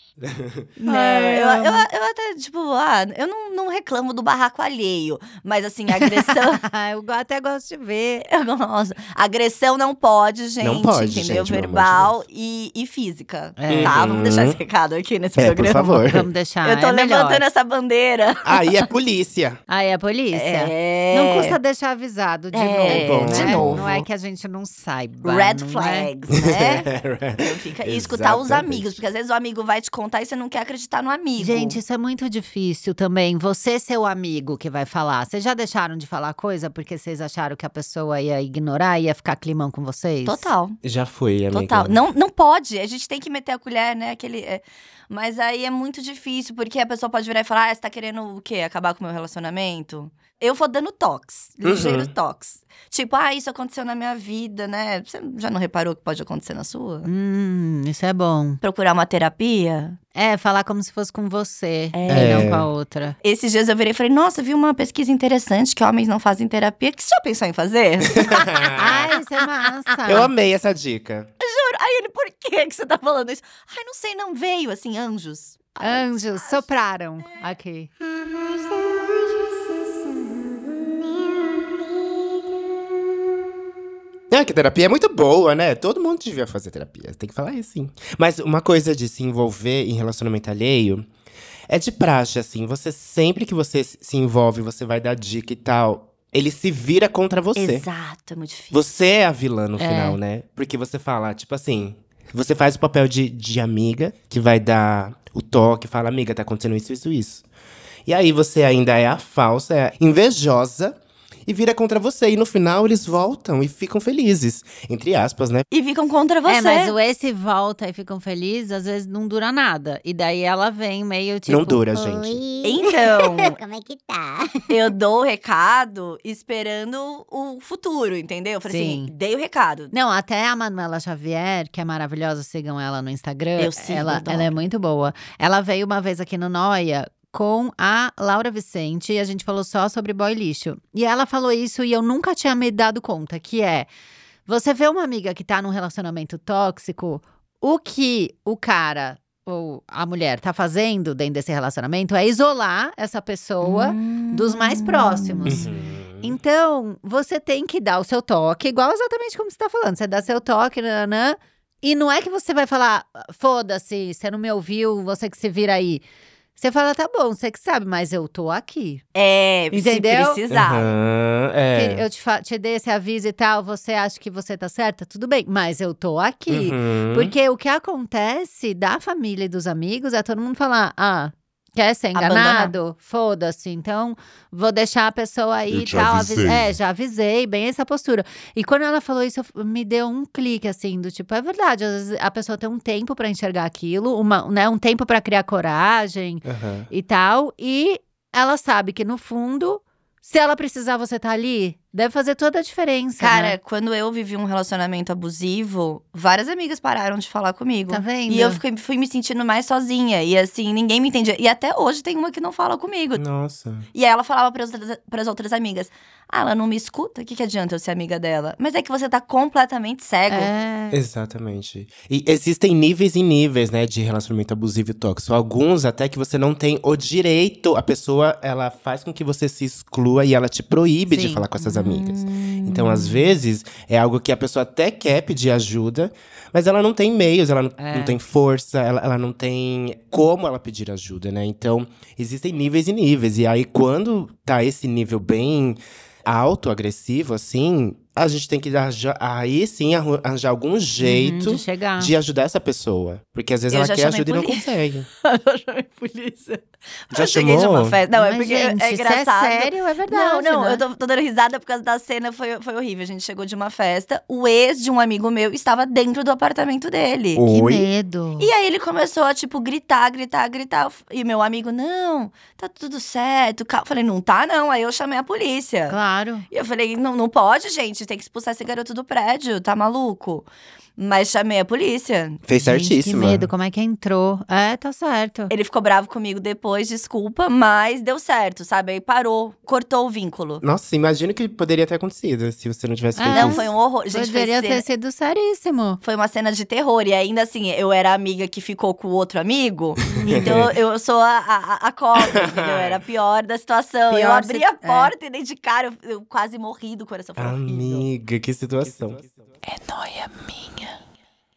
Speaker 4: Não,
Speaker 1: Ai,
Speaker 4: É, eu,
Speaker 1: amo.
Speaker 4: eu, eu até, tipo, ah, eu não, não reclamo do barraco alheio. Mas assim,
Speaker 1: (laughs)
Speaker 4: agressão.
Speaker 1: (laughs)
Speaker 4: (laughs)
Speaker 1: eu go- até gosto de ver.
Speaker 4: eu gosto. Agressão não pode, gente.
Speaker 3: pode, gente, pelo
Speaker 4: entendeu?
Speaker 3: amor de
Speaker 4: Verbal e, e física.
Speaker 1: É.
Speaker 4: Tá,
Speaker 3: Uhum.
Speaker 4: vamos deixar esse recado aqui nesse
Speaker 3: É, por
Speaker 4: programa.
Speaker 3: favor.
Speaker 1: Vamos deixar.
Speaker 4: Eu tô
Speaker 1: é melhor.
Speaker 4: levantando essa bandeira.
Speaker 3: (laughs) Aí é polícia.
Speaker 1: Aí a polícia.
Speaker 4: É.
Speaker 1: Não custa deixar avisado de
Speaker 4: É,
Speaker 1: novo.
Speaker 3: bom.
Speaker 1: né?
Speaker 3: de
Speaker 4: novo.
Speaker 1: Não é que a gente não saiba.
Speaker 4: Red
Speaker 1: não é?
Speaker 3: (laughs)
Speaker 4: flags, né?
Speaker 3: É.
Speaker 4: Então fica, e escutar os
Speaker 3: Exatamente.
Speaker 4: amigos, porque às vezes o amigo vai te contar e você não quer acreditar no amigo.
Speaker 1: Gente, isso é muito difícil também. Você, seu amigo, que vai falar. Vocês já deixaram de falar coisa porque vocês acharam que a pessoa ia ignorar, ia ficar climão com vocês?
Speaker 4: total,
Speaker 3: (laughs) Já foi, amiga.
Speaker 4: total.
Speaker 3: (laughs)
Speaker 4: Não, não pode, a gente tem que meter a colher, né? Aquele, é. Mas aí é muito difícil, porque a pessoa pode virar e falar: ah, você tá querendo o quê? Acabar com o meu relacionamento? Eu vou dando toques, ligeiros toques. Tipo, ah, isso aconteceu na minha vida, né? Você já não reparou que pode acontecer na sua?
Speaker 1: Hum, isso é bom.
Speaker 4: Procurar uma terapia?
Speaker 1: É, falar como se fosse com você
Speaker 4: É.
Speaker 1: e não com a outra.
Speaker 4: Esses dias eu virei e falei, nossa, vi uma pesquisa interessante que homens não fazem terapia. Que você já pensou em fazer?
Speaker 1: Ai, isso é massa.
Speaker 3: Eu amei essa dica.
Speaker 4: Aí ele, por que que você tá falando isso? Ai, não sei, não veio, assim, anjos. Ai,
Speaker 1: Anjos sopraram aqui.
Speaker 3: É, que terapia é muito boa, né? Todo mundo devia fazer terapia. Tem que falar isso, sim. Mas uma coisa de se envolver em relacionamento alheio é de praxe, assim. Você sempre que você se envolve, você vai dar dica e tal, ele se vira contra você.
Speaker 4: Exato, é muito difícil.
Speaker 3: Você é a vilã no
Speaker 1: É.
Speaker 3: final, né? Porque você fala, tipo assim, você faz o papel de, de amiga, que vai dar o toque, fala, amiga, tá acontecendo isso, isso, isso. E aí você ainda é a falsa, é a invejosa, e vira contra você. E no final eles voltam e ficam felizes. Entre aspas, né?
Speaker 4: E ficam contra você.
Speaker 1: É, mas o esse volta e ficam felizes, às vezes não dura nada. E daí ela vem meio tipo.
Speaker 3: Não dura, gente.
Speaker 2: Oi.
Speaker 1: (laughs)
Speaker 4: Então,
Speaker 2: Como é que tá?
Speaker 4: eu dou o recado esperando o futuro, entendeu? Eu falei
Speaker 1: Sim.
Speaker 4: assim, dei o recado.
Speaker 1: Não, até a Manuela Xavier, que é maravilhosa, sigam ela no Instagram.
Speaker 4: Eu sigo,
Speaker 1: ela,
Speaker 4: adoro.
Speaker 1: ela é muito boa. Ela veio uma vez aqui no Noia com a Laura Vicente e a gente falou só sobre boy lixo. E ela falou isso e eu nunca tinha me dado conta, que é você vê uma amiga que tá num relacionamento tóxico, o que o cara ou a mulher tá fazendo dentro desse relacionamento é isolar essa pessoa
Speaker 4: Hum.
Speaker 1: dos mais próximos.
Speaker 3: Uhum.
Speaker 1: Então, você tem que dar o seu toque, igual exatamente como você tá falando. Você dá seu toque, nanã, e não é que você vai falar, foda-se, você não me ouviu, você que se vira aí. Você fala, tá bom, você que sabe, mas eu tô aqui.
Speaker 4: É,
Speaker 1: Entendeu?
Speaker 4: se precisar.
Speaker 3: Aham,
Speaker 1: Que
Speaker 3: é.
Speaker 1: Eu te, fa- te dei esse aviso e tal, você acha que você tá certa? Tudo bem, mas eu tô aqui.
Speaker 3: Uhum.
Speaker 1: Porque o que acontece da família e dos amigos é todo mundo falar, ah. Quer ser enganado? Foda-se. Então, vou deixar a pessoa aí
Speaker 5: Eu
Speaker 1: e
Speaker 5: te
Speaker 1: tal. avi-
Speaker 5: avisei.
Speaker 1: É, já avisei, bem essa postura. E quando ela falou isso, eu f- me deu um clique, assim, do tipo, é verdade. Às vezes a pessoa tem um tempo pra enxergar aquilo, uma, né, um tempo pra criar coragem
Speaker 3: Aham.
Speaker 1: e tal. E ela sabe que, no fundo, se ela precisar, você tá ali. Deve fazer toda a diferença.
Speaker 4: Cara,
Speaker 1: né?
Speaker 4: quando eu vivi um relacionamento abusivo, várias amigas pararam de falar comigo.
Speaker 1: tá vendo?
Speaker 4: é tipo, E eu fiquei- fui me sentindo mais sozinha. E assim, ninguém me entendia. E até hoje tem uma que não fala comigo.
Speaker 1: Uhum.
Speaker 3: Nossa.
Speaker 4: E aí ela falava pras outras- pras outras amigas: Ah, ela não me escuta? O que, que adianta eu ser amiga dela? Mas é que você tá completamente cego.
Speaker 1: É.
Speaker 3: Exatamente. E existem níveis e níveis, né, de relacionamento abusivo e tóxico. Alguns até que você não tem o direito. A pessoa, ela faz com que você se exclua e ela te proíbe de
Speaker 1: Sim.
Speaker 3: falar com essas amigas.
Speaker 4: Hum.
Speaker 3: Então, às vezes, é algo que a pessoa até quer pedir ajuda, mas ela não tem meios, ela não,
Speaker 1: É.
Speaker 3: não tem força, ela, ela não tem como ela pedir ajuda, né? Então, existem níveis e níveis. E aí, quando tá esse nível bem alto, agressivo, assim, a gente tem que arranjar, aí sim arru- arranjar algum jeito
Speaker 1: Uhum, de chegar.
Speaker 3: de ajudar essa pessoa. Porque às vezes
Speaker 4: Eu
Speaker 3: ela
Speaker 4: já
Speaker 3: quer
Speaker 4: chamei
Speaker 3: ajuda e não
Speaker 4: polícia.
Speaker 3: consegue.
Speaker 4: (laughs) Eu chamei polícia.
Speaker 3: Já
Speaker 4: eu cheguei
Speaker 3: chamou?
Speaker 4: numa festa. Não, é
Speaker 1: Mas,
Speaker 4: porque é-
Speaker 1: gente,
Speaker 4: é engraçado.
Speaker 1: Se é sério, é
Speaker 4: Não,
Speaker 1: verdade.
Speaker 4: não,
Speaker 1: né?
Speaker 4: eu tô, tô dando risada por causa da cena, foi, foi horrível. A gente chegou de uma festa, o ex de um amigo meu estava dentro do apartamento dele.
Speaker 1: Que
Speaker 3: Oi?
Speaker 1: medo.
Speaker 4: E aí ele começou a, tipo, gritar, gritar, gritar. E meu amigo, não, tá tudo certo. calma. Falei, não tá, não. Aí eu chamei a polícia.
Speaker 1: Claro.
Speaker 4: E eu falei, não, não pode, gente, tem que expulsar esse garoto do prédio, tá maluco? Mas chamei a polícia.
Speaker 3: Fez
Speaker 1: Gente,
Speaker 3: certíssima.
Speaker 1: Que medo, como é que entrou? É, tá certo.
Speaker 4: Ele ficou bravo comigo depois, desculpa, mas deu certo, sabe? Aí parou, cortou o vínculo.
Speaker 3: Nossa, imagino que poderia ter acontecido se você não tivesse
Speaker 1: Ah,
Speaker 3: feito
Speaker 4: Não,
Speaker 3: isso.
Speaker 4: foi um horror. Gente, foi
Speaker 1: Poderia
Speaker 4: cena-
Speaker 1: ter sido seríssimo.
Speaker 4: foi uma cena de terror. E ainda assim, eu era a amiga que ficou com o outro amigo.
Speaker 1: Uhum. (laughs)
Speaker 4: então eu sou a, a, a- a cobra, entendeu? Eu era a pior da situação. eu
Speaker 1: Pior é.
Speaker 4: abri
Speaker 1: se-
Speaker 4: a porta e dei de cara, eu, eu quase morri do coração. Foi horrível.
Speaker 3: Amiga, que situação.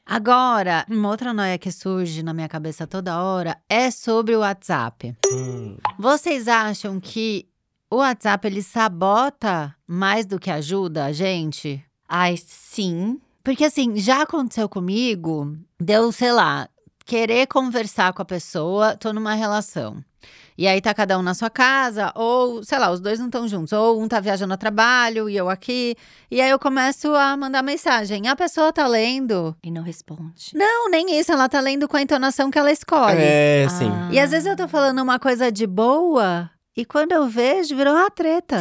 Speaker 1: Agora, uma outra noia que surge na minha cabeça toda hora é sobre o WhatsApp.
Speaker 3: Hum.
Speaker 1: Vocês acham que o WhatsApp ele sabota mais do que ajuda a gente?
Speaker 4: Ai, sim.
Speaker 1: Porque assim, já aconteceu comigo, deu, sei lá, querer conversar com a pessoa, tô numa relação. E aí tá cada um na sua casa, ou, sei lá, os dois não estão juntos, ou um tá viajando a trabalho e eu aqui. E aí eu começo a mandar mensagem. A pessoa tá lendo.
Speaker 4: E não responde.
Speaker 1: Não, nem isso, ela tá lendo com a entonação que ela escolhe.
Speaker 3: É, sim.
Speaker 4: Ah.
Speaker 1: E às vezes eu tô falando uma coisa de boa, e quando eu vejo, virou uma treta.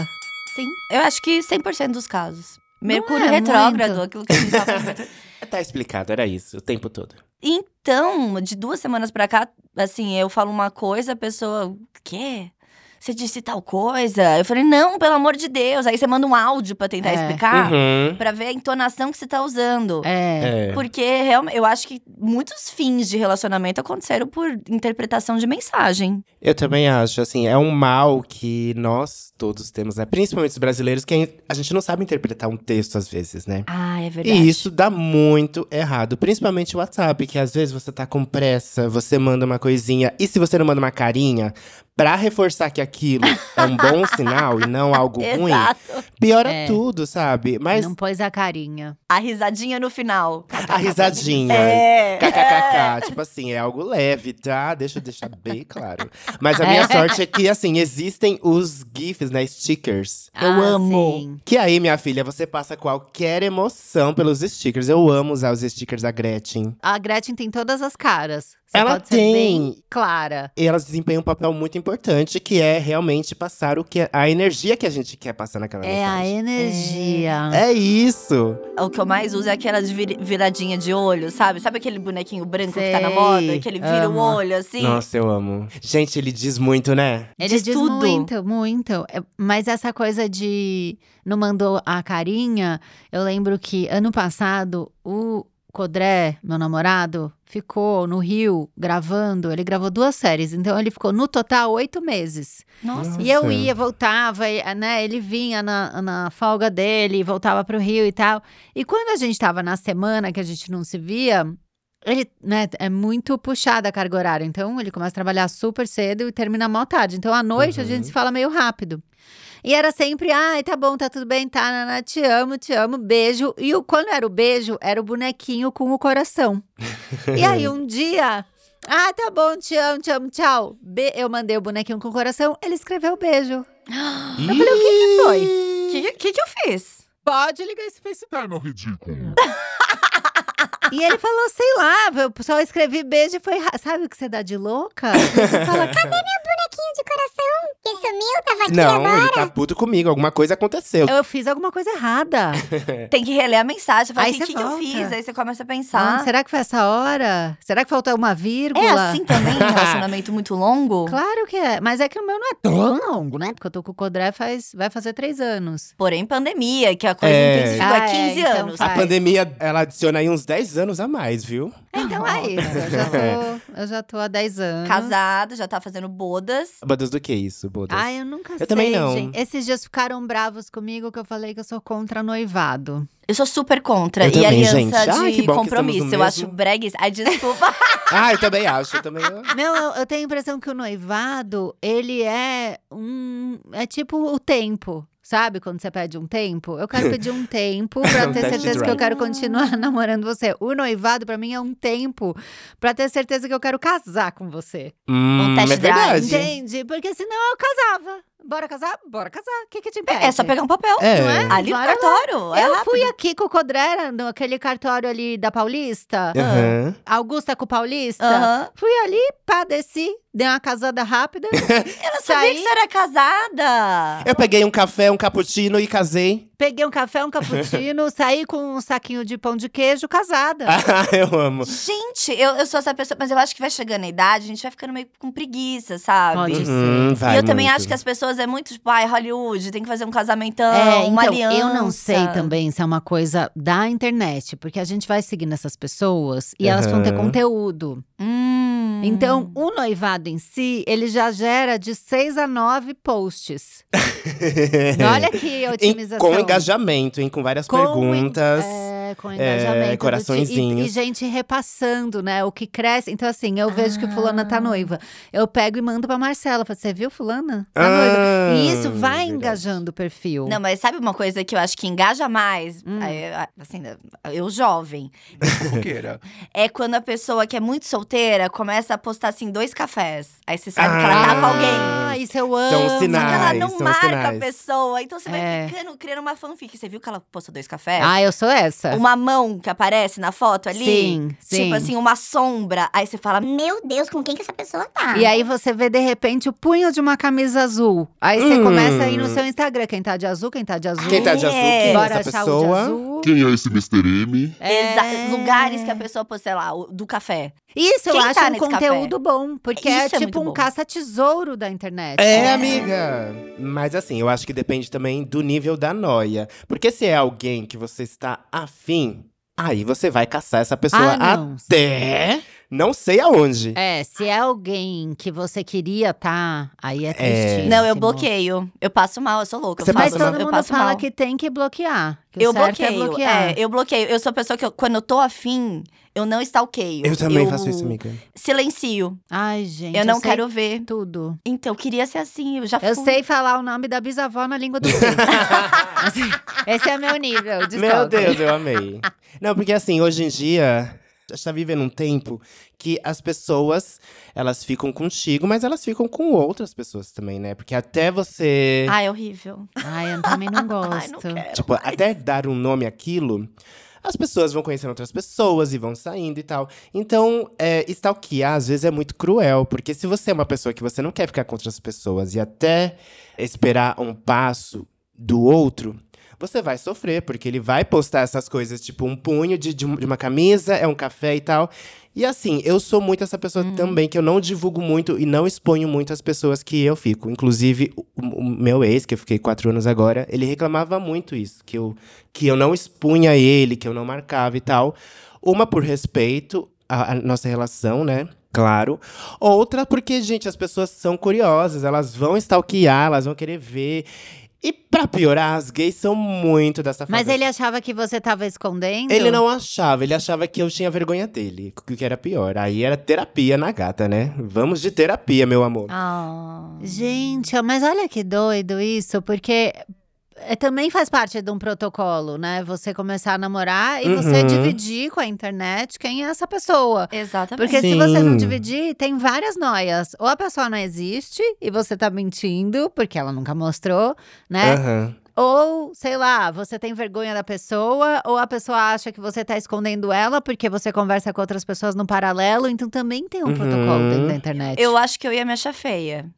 Speaker 4: Sim. Eu acho que 100% dos casos. Mercúrio
Speaker 1: é
Speaker 4: retrógrado,
Speaker 1: muito.
Speaker 4: aquilo que a gente tava (laughs) conversando.
Speaker 3: Tá explicado, era isso, o tempo todo.
Speaker 4: Então, de duas semanas pra cá, assim, eu falo uma coisa, a pessoa, quê? Você disse tal coisa? Eu falei, não, pelo amor de Deus. Aí você manda um áudio pra tentar
Speaker 1: É.
Speaker 4: explicar,
Speaker 3: Uhum.
Speaker 4: pra ver a entonação que você tá usando.
Speaker 1: É.
Speaker 3: É.
Speaker 4: Porque realmente, eu acho que muitos fins de relacionamento aconteceram por interpretação de mensagem.
Speaker 3: Eu também acho, assim, é um mal que nós todos temos, né? Principalmente os brasileiros, que a gente não sabe interpretar um texto às vezes, né?
Speaker 4: Ah, é verdade.
Speaker 3: E isso dá muito errado, principalmente o WhatsApp, que às vezes você tá com pressa, você manda uma coisinha, e se você não manda uma carinha, pra reforçar que aquilo é um
Speaker 4: (laughs)
Speaker 3: bom sinal e não algo ruim,
Speaker 4: Exato.
Speaker 3: piora
Speaker 1: É.
Speaker 3: tudo, sabe? Mas
Speaker 1: Não né? pôs a carinha.
Speaker 4: A risadinha no final.
Speaker 3: a risadinha.
Speaker 4: É.
Speaker 3: KKKK, tipo assim, é algo leve, tá? Deixa eu deixar bem claro. Mas a minha
Speaker 1: É.
Speaker 3: sorte é que, assim, existem os GIFs, né? Stickers.
Speaker 1: Eu
Speaker 4: amo.
Speaker 3: Que aí, minha filha, você passa qualquer emoção pelos stickers. Eu amo usar os stickers da Gretchen.
Speaker 1: A Gretchen tem todas as caras. Você
Speaker 3: Ela
Speaker 1: pode ser bem
Speaker 3: tem.
Speaker 1: clara.
Speaker 3: E elas desempenham um papel muito importante, que é realmente passar o que é, a energia que a gente quer passar naquela
Speaker 1: É a
Speaker 3: mensagem.
Speaker 1: energia.
Speaker 3: É isso!
Speaker 4: O que eu mais uso é aquela de vir- viradinha de olho, sabe? Sabe aquele bonequinho branco que tá na
Speaker 1: Sei,
Speaker 4: moda? Que ele vira
Speaker 1: amo.
Speaker 4: o olho, assim?
Speaker 3: Nossa, eu amo. Gente, ele diz muito, né?
Speaker 1: Ele
Speaker 4: diz
Speaker 1: diz,
Speaker 4: tudo.
Speaker 1: muito, muito. É, Mas essa coisa de não mandou a carinha, eu lembro que ano passado o Codré, meu namorado, ficou no Rio gravando. Ele gravou duas séries, então ele ficou no total oito meses.
Speaker 4: Nossa.
Speaker 1: E eu
Speaker 3: Nossa.
Speaker 1: ia, voltava, e, né? Ele vinha na, na folga dele, voltava pro Rio e tal. E quando a gente tava na semana que a gente não se via, ele, né, é muito puxada a carga horária. Então, ele começa a trabalhar super cedo e termina mó tarde. Então, à noite, a
Speaker 3: Uhum.
Speaker 1: gente se fala meio rápido. E era sempre, ai, tá bom, tá tudo bem, tá, naná, te amo, te amo, beijo. E o, quando era o beijo, era o bonequinho com o coração. e aí, um dia, ah, tá bom, te amo, te amo, tchau. Be- eu mandei o bonequinho com o coração, ele escreveu beijo.
Speaker 3: Eu falei, o que, que
Speaker 4: foi? O que, que, que eu fiz?
Speaker 1: Pode ligar esse Facebook.
Speaker 5: Ai, meu ridículo.
Speaker 1: E ele falou, sei lá, eu só escrevi beijo e foi. ra- Sabe o que você dá de louca? Você fala,
Speaker 2: Bonequinho de coração, que sumiu, tava aqui
Speaker 3: Não,
Speaker 2: agora.
Speaker 3: ele tá puto comigo, alguma coisa aconteceu.
Speaker 1: eu fiz alguma coisa errada.
Speaker 3: É.
Speaker 4: Tem que reler a mensagem. Fala
Speaker 1: Aí
Speaker 4: assim, o
Speaker 1: você
Speaker 4: que, que eu
Speaker 1: volta.
Speaker 4: fiz? Aí você começa
Speaker 1: Nossa,
Speaker 4: a pensar.
Speaker 1: será que foi essa hora? Será que faltou uma vírgula?
Speaker 4: é assim também
Speaker 1: (laughs)
Speaker 4: um relacionamento muito longo?
Speaker 1: Claro que é, mas é que o meu não é tão longo, né? Porque eu tô com o Codré faz, vai fazer três anos.
Speaker 4: Porém, pandemia, que a coisa
Speaker 3: É.
Speaker 4: intensificou
Speaker 1: Ah,
Speaker 4: há
Speaker 1: é,
Speaker 4: 15
Speaker 1: então
Speaker 4: anos.
Speaker 1: faz.
Speaker 3: A pandemia, ela adiciona aí uns 10 anos a mais, viu?
Speaker 1: Então é isso, eu (laughs) já tô, eu já tô há dez
Speaker 4: Uhum.
Speaker 1: anos.
Speaker 4: Casado, já tá fazendo bodas.
Speaker 3: Bodas do que isso, Bodas?
Speaker 1: Ai, eu nunca sei,
Speaker 3: também não.
Speaker 1: gente. Esses dias ficaram bravos comigo que eu falei que eu sou contra noivado.
Speaker 4: Eu sou super contra.
Speaker 3: Eu
Speaker 4: e
Speaker 3: também, gente.
Speaker 4: aliança
Speaker 3: Ai, que
Speaker 4: de
Speaker 3: bom que
Speaker 4: compromisso.
Speaker 3: estamos no
Speaker 4: Eu acho
Speaker 3: mesmo-
Speaker 4: bregues. Ai, desculpa.
Speaker 3: Ah, eu também acho, eu também
Speaker 1: (laughs) Não, eu, eu tenho a impressão que o noivado, ele é um. É tipo o tempo. Sabe quando você pede um tempo? Eu quero pedir um tempo pra
Speaker 3: Um
Speaker 1: ter
Speaker 3: test
Speaker 1: certeza que
Speaker 3: drive.
Speaker 1: eu quero continuar (laughs) namorando você. O noivado, pra mim, é um tempo pra ter certeza que eu quero casar com você.
Speaker 3: hum,
Speaker 4: test
Speaker 3: é verdade.
Speaker 1: Entende? Porque senão eu casava. Bora casar? Bora casar. O que, que te impede?
Speaker 4: (laughs) É, só pegar um papel.
Speaker 3: É.
Speaker 1: Não é?
Speaker 4: Ali no
Speaker 1: Bora lá.
Speaker 4: cartório. é
Speaker 1: Eu
Speaker 4: rápido.
Speaker 1: fui aqui com o Codrera, naquele cartório ali da Paulista.
Speaker 3: Aham.
Speaker 1: Augusta com o Paulista.
Speaker 4: Aham.
Speaker 1: Fui ali, pá, desci, dei uma casada rápida.
Speaker 4: Eu não sabia que você era casada.
Speaker 3: Eu peguei um café, um cappuccino e casei. (laughs)
Speaker 1: Peguei um café, um cappuccino, saí com um saquinho de pão de queijo, casada.
Speaker 3: Ah, eu amo.
Speaker 4: Gente, eu, eu sou essa pessoa, mas eu acho que vai chegando na idade, a gente vai ficando meio com preguiça, sabe?
Speaker 1: Pode ser.
Speaker 3: Uhum, vai
Speaker 4: e eu também
Speaker 3: muito.
Speaker 4: acho que as pessoas é muito tipo, ai, Hollywood, tem que fazer um casamentão,
Speaker 1: É,
Speaker 4: uma
Speaker 1: então,
Speaker 4: aliança.
Speaker 1: eu não sei também se é uma coisa da internet, porque a gente vai seguindo essas pessoas e elas vão ter
Speaker 3: Aham.
Speaker 1: conteúdo.
Speaker 4: Hum.
Speaker 1: Então, o noivado em si, ele já gera de seis a nove
Speaker 3: (laughs)
Speaker 1: posts. Olha que
Speaker 3: E
Speaker 1: otimização.
Speaker 3: com engajamento, hein? Com várias
Speaker 1: Com en-
Speaker 3: perguntas.
Speaker 1: É, com engajamento. do ti-
Speaker 3: coraçõezinhos.
Speaker 1: E, e gente repassando, né? O que cresce. Então, assim, eu vejo que o fulana
Speaker 3: Ah.
Speaker 1: tá noiva. Eu pego e mando pra Marcela. Falo, Você viu, fulana? Tá noiva.
Speaker 3: Ah,
Speaker 1: E isso vai
Speaker 3: verdade.
Speaker 1: engajando o perfil.
Speaker 4: Não, mas sabe uma coisa que eu acho que engaja mais?
Speaker 1: Hum.
Speaker 4: Aí, Assim, eu jovem.
Speaker 6: Fofoqueira.
Speaker 4: É quando a pessoa que é muito solteira começa a postar assim dois cafés. Aí você sabe que
Speaker 1: ah,
Speaker 4: ela tá com
Speaker 3: Ah,
Speaker 4: alguém.
Speaker 1: isso eu amo.
Speaker 3: São
Speaker 4: Só que ela
Speaker 3: sinais,
Speaker 4: não
Speaker 3: são
Speaker 4: marca a
Speaker 3: sinais.
Speaker 4: pessoa. Então você vai
Speaker 1: É.
Speaker 4: ficando, criando uma fanfic. Você viu que ela postou dois cafés?
Speaker 1: Ah, eu sou essa.
Speaker 4: Uma mão que aparece na foto ali?
Speaker 1: Sim, sim.
Speaker 4: Tipo assim, uma sombra. Aí você fala.
Speaker 2: Meu Deus, com quem que essa pessoa
Speaker 4: ah.
Speaker 2: tá?
Speaker 1: E aí você vê, de repente, o punho de uma camisa azul. Aí você
Speaker 3: Hum.
Speaker 1: começa a ir no seu Instagram. Quem tá de azul, quem tá de azul.
Speaker 3: Quem tá de azul? Quem é
Speaker 1: Bora
Speaker 3: essa
Speaker 1: achar o de
Speaker 3: pessoa?
Speaker 1: azul.
Speaker 7: Quem é esse Mr. M?
Speaker 1: É.
Speaker 4: exa- Lugares que a pessoa postou, sei lá, o- do café.
Speaker 1: Isso eu
Speaker 4: Quem
Speaker 1: acho
Speaker 4: tá
Speaker 1: um
Speaker 4: nesse
Speaker 1: conteúdo bom, porque é,
Speaker 4: Isso é
Speaker 1: tipo
Speaker 4: muito
Speaker 1: um
Speaker 4: bom.
Speaker 1: caça-tesouro da internet.
Speaker 3: É, amiga! Mas assim, eu acho que depende também do nível da noia. Porque se é alguém que você está afim, aí você vai caçar essa pessoa
Speaker 1: Ah, não.
Speaker 3: até não sei aonde.
Speaker 1: É, se é alguém que você queria tá, aí é tristíssimo.
Speaker 4: Não, eu bloqueio. Eu passo mal, eu sou louca.
Speaker 3: Você
Speaker 4: eu
Speaker 1: Mas
Speaker 4: passo,
Speaker 3: passa
Speaker 1: todo
Speaker 4: mal, eu
Speaker 1: mundo
Speaker 4: passo
Speaker 1: fala
Speaker 4: mal.
Speaker 1: que tem que bloquear. que o
Speaker 4: Eu
Speaker 1: certo
Speaker 4: bloqueio,
Speaker 1: É bloquear.
Speaker 4: é, eu bloqueio. Eu sou a pessoa que, eu- quando eu tô afim, eu não stalkeio.
Speaker 3: Eu também faço isso, amiga.
Speaker 4: Silencio.
Speaker 1: Ai, gente.
Speaker 4: eu não
Speaker 1: sei
Speaker 4: quero ver.
Speaker 1: tudo.
Speaker 4: Então, eu queria ser assim, eu já
Speaker 1: Então Eu
Speaker 4: fui.
Speaker 1: sei falar o nome da bisavó na língua do
Speaker 4: (laughs)
Speaker 1: peito. Assim, Esse é meu nível de
Speaker 3: Meu
Speaker 1: stalker.
Speaker 3: Deus, eu
Speaker 1: (laughs)
Speaker 3: amei. Não, porque assim, hoje em dia, a gente tá vivendo um tempo que as pessoas, elas ficam contigo, mas elas ficam com outras pessoas também, né? Porque até você.
Speaker 4: Ah, é horrível.
Speaker 1: Ai, eu também não gosto.
Speaker 4: Ai, não quero.
Speaker 3: Tipo, até dar um nome àquilo, as pessoas vão conhecendo outras pessoas e vão saindo e tal. Então, é, stalkear às vezes é muito cruel, porque se você é uma pessoa que você não quer ficar com outras pessoas e até esperar um passo do outro. Você vai sofrer, porque ele vai postar essas coisas, tipo um punho de, de um- de uma camisa, é um café e tal. E assim, eu sou muito essa pessoa
Speaker 1: Uhum.
Speaker 3: também, que eu não divulgo muito e não exponho muito as pessoas que eu fico. Inclusive, o, o meu ex, que eu fiquei quatro anos agora, ele reclamava muito isso, que eu, que eu não expunha ele, que eu não marcava e tal. Uma por respeito à, à nossa relação, né? Claro. Outra porque, gente, as pessoas são curiosas, elas vão stalkear, elas vão querer ver. E pra piorar, as gays são muito dessa
Speaker 1: Mas ele é achava que você tava escondendo?
Speaker 3: ele não achava, ele achava que eu tinha vergonha dele, o que era pior. Aí era terapia na gata, né? Vamos de terapia, meu amor.
Speaker 4: Ah.
Speaker 1: Gente, ó, mas olha que doido isso, porque é, também faz parte de um protocolo, né? Você começar a namorar e você
Speaker 3: Uhum.
Speaker 1: dividir com a internet quem é essa pessoa.
Speaker 4: Exatamente.
Speaker 1: Porque se você não
Speaker 3: Sim.
Speaker 1: dividir, tem várias noias. Ou a pessoa não existe e você tá mentindo, porque ela nunca mostrou, né?
Speaker 3: Aham.
Speaker 1: Ou, sei lá, você tem vergonha da pessoa, ou a pessoa acha que você tá escondendo ela porque você conversa com outras pessoas no paralelo. Então também tem um
Speaker 3: Uhum.
Speaker 1: protocolo dentro da internet.
Speaker 4: Eu acho que eu ia me achar feia.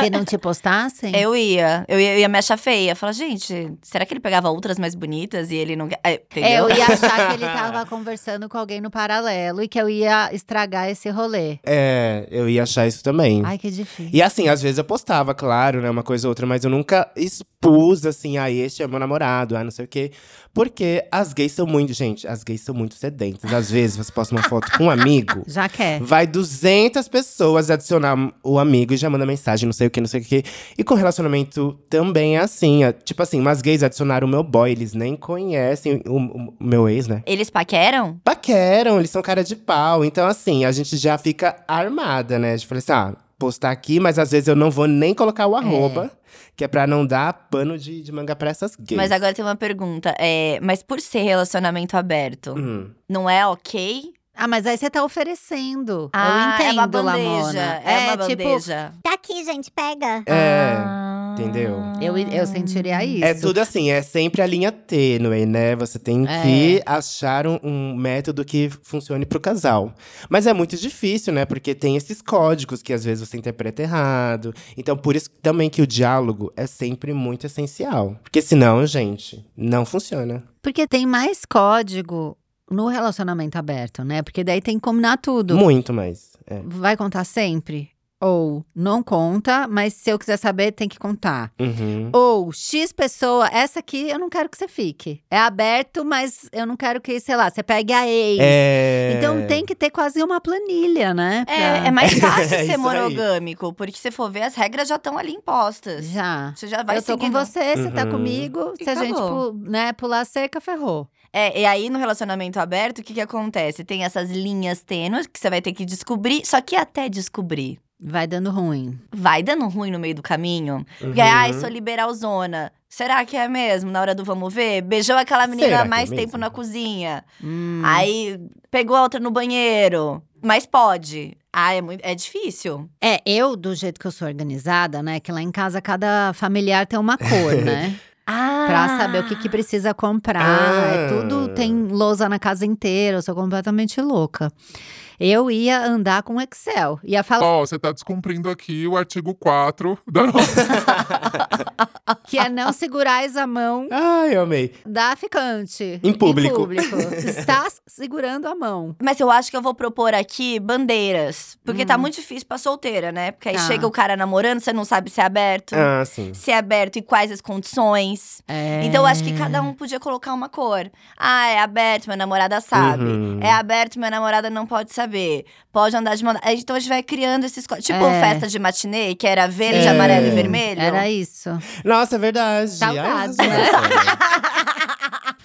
Speaker 1: Se não te postassem.
Speaker 4: Eu ia. Eu ia, eu ia me achar feia. Falar, gente, será que ele pegava outras mais bonitas e ele não. É,
Speaker 1: É,
Speaker 4: entendeu?
Speaker 1: eu ia achar
Speaker 4: (laughs)
Speaker 1: que ele tava conversando com alguém no paralelo e que eu ia estragar esse rolê.
Speaker 3: É, eu ia achar isso também.
Speaker 1: Ai, que difícil.
Speaker 3: E assim, às vezes eu postava, claro, né? Uma coisa ou outra, mas eu nunca expus assim, ah, este é meu namorado, ah, não sei o quê. Porque as gays são muito. Gente, as gays são muito sedentas. Às vezes você posta uma foto com um amigo.
Speaker 1: Já quer.
Speaker 3: É. Vai 200 pessoas adicionar o amigo e já manda mensagem, não sei o que, não sei o que. E com relacionamento também é assim. é- tipo assim, umas gays adicionaram o meu boy, eles nem conhecem o, o- o meu ex, né?
Speaker 4: Eles paqueram?
Speaker 3: Paqueram, eles são cara de pau. Então, assim, a gente já fica armada, né? A gente fala assim, ah, postar aqui, mas às vezes eu não vou nem colocar o arroba, que é pra não dar pano de, de manga pra essas gays.
Speaker 4: Mas agora tem uma pergunta. É, mas por ser relacionamento aberto,
Speaker 3: Hum.
Speaker 4: não é ok?
Speaker 1: Ah, mas aí você tá oferecendo.
Speaker 4: Ah,
Speaker 1: eu entendo,
Speaker 4: é uma bandeja.
Speaker 1: Lamona.
Speaker 4: É, uma
Speaker 1: tipo,
Speaker 4: bandeja.
Speaker 2: Tá aqui, gente, pega.
Speaker 3: É.
Speaker 4: Ah.
Speaker 3: Entendeu?
Speaker 1: Eu, eu
Speaker 4: Hum.
Speaker 1: sentiria isso.
Speaker 3: É tudo assim, é sempre a linha tênue, né? Você tem
Speaker 1: É.
Speaker 3: que achar um, um método que funcione pro casal. Mas é muito difícil, né? Porque tem esses códigos que às vezes você interpreta errado. Então, por isso também que o diálogo é sempre muito essencial. Porque senão, gente, não funciona.
Speaker 1: Porque tem mais código no relacionamento aberto, né? Porque daí tem que combinar tudo.
Speaker 3: Muito mais. é.
Speaker 1: Vai contar sempre? Ou não conta, mas se eu quiser saber, tem que contar.
Speaker 3: Uhum.
Speaker 1: Ou X pessoa, essa aqui eu não quero que você fique. É aberto, mas eu não quero que, sei lá, você pegue a ex.
Speaker 3: É...
Speaker 1: Então tem que ter quase uma planilha, né? pra-
Speaker 4: É, é mais fácil
Speaker 3: (laughs) É isso aí.
Speaker 4: ser monogâmico, porque se for ver, as regras já estão ali impostas.
Speaker 1: Já.
Speaker 4: Você já é vai
Speaker 1: eu tô com
Speaker 4: seguindo.
Speaker 1: você, você tá
Speaker 3: Uhum.
Speaker 1: comigo.
Speaker 4: E
Speaker 1: Se a gente
Speaker 4: acabou.
Speaker 1: pu- né, pular a cerca, ferrou.
Speaker 4: É, e aí no relacionamento aberto, o que que acontece? Tem essas linhas tênues que você vai ter que descobrir, só que até descobrir.
Speaker 1: Vai dando ruim.
Speaker 4: Vai dando ruim no meio do caminho. Porque,
Speaker 3: Uhum.
Speaker 4: ai, sou liberalzona. Será que é mesmo? Na hora do vamos ver? Beijou aquela menina
Speaker 3: Será
Speaker 4: há
Speaker 3: que é
Speaker 4: mais tempo
Speaker 3: mesmo?
Speaker 4: na cozinha.
Speaker 1: Hum.
Speaker 4: Aí pegou a outra no banheiro. Mas pode. Ah, é, muito, é difícil.
Speaker 1: É, eu, do jeito que eu sou organizada, né? Que lá em casa cada familiar tem uma cor,
Speaker 3: (laughs)
Speaker 1: né?
Speaker 4: Ah.
Speaker 1: Pra saber o que, que precisa comprar. É
Speaker 3: Ah.
Speaker 1: tudo tem lousa na casa inteira. Eu sou completamente louca. Eu ia andar com Excel. Ia falar
Speaker 5: Ó, você tá descumprindo aqui o artigo 4 da nossa.
Speaker 1: que é
Speaker 3: (laughs)
Speaker 1: não segurais a mão
Speaker 3: Ai, eu amei.
Speaker 1: da ficante.
Speaker 3: Em público. (laughs)
Speaker 1: Está segurando a mão.
Speaker 4: Mas eu acho que eu vou propor aqui bandeiras. Porque
Speaker 3: Hum.
Speaker 4: tá muito difícil pra solteira, né? Porque aí
Speaker 1: Tá.
Speaker 4: chega o cara namorando, você não sabe se é aberto.
Speaker 3: Ah, sim.
Speaker 4: Se é aberto e quais as condições.
Speaker 1: É.
Speaker 4: Então eu acho que cada um podia colocar uma cor. Ah, é aberto, minha namorada sabe.
Speaker 3: Uhum.
Speaker 4: É aberto, minha namorada não pode saber. Pode andar de mão. Aí, Então a gente vai criando esses. co- Tipo
Speaker 1: É.
Speaker 4: festa de matinê, que era verde,
Speaker 3: Sim.
Speaker 4: amarelo e vermelho.
Speaker 1: Era isso.
Speaker 3: Nossa, é verdade.
Speaker 1: Saudades,
Speaker 3: Ai,
Speaker 1: né?
Speaker 3: arrasou, Marcela.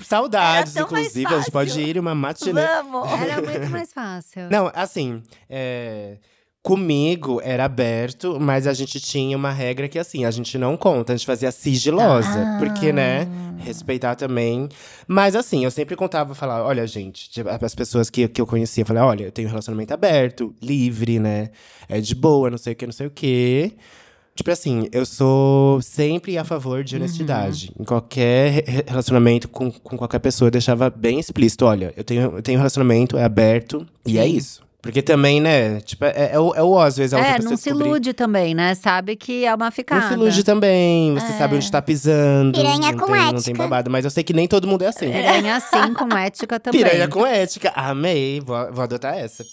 Speaker 3: Saudades,
Speaker 4: Era tão mais
Speaker 3: inclusive. A gente
Speaker 4: fácil.
Speaker 3: pode ir uma
Speaker 4: né?
Speaker 3: matinê.
Speaker 4: Vamos!
Speaker 1: Era muito mais fácil.
Speaker 3: Não, assim, é, comigo era aberto, mas a gente tinha uma regra que assim, a gente não conta, a gente fazia sigilosa. Porque, né, respeitar também. Mas assim, eu sempre contava, falava, olha, gente, tipo, as pessoas que, que eu conhecia, eu falei, olha, eu tenho um relacionamento aberto, livre, né, é de boa, não sei o que, não sei o que. Tipo assim, eu sou sempre a favor de honestidade.
Speaker 1: Uhum.
Speaker 3: Em qualquer re- re- relacionamento com, com qualquer pessoa, eu deixava bem explícito: olha, eu tenho, eu tenho um relacionamento, é aberto, e é isso. Porque também, né? Tipo, é, é o, é o ó, às vezes a outra
Speaker 1: É,
Speaker 3: pessoa
Speaker 1: não se
Speaker 3: descobrir.
Speaker 1: ilude também, né? Sabe que é uma ficada.
Speaker 3: Não se ilude também, você
Speaker 4: É.
Speaker 3: sabe onde tá pisando.
Speaker 2: Piranha
Speaker 3: não
Speaker 2: com
Speaker 3: tem, Não tem
Speaker 2: ética.
Speaker 3: babado, mas eu sei que nem todo mundo é assim.
Speaker 1: Piranha assim, com ética também.
Speaker 3: Piranha com ética. Amei, vou, vou adotar essa.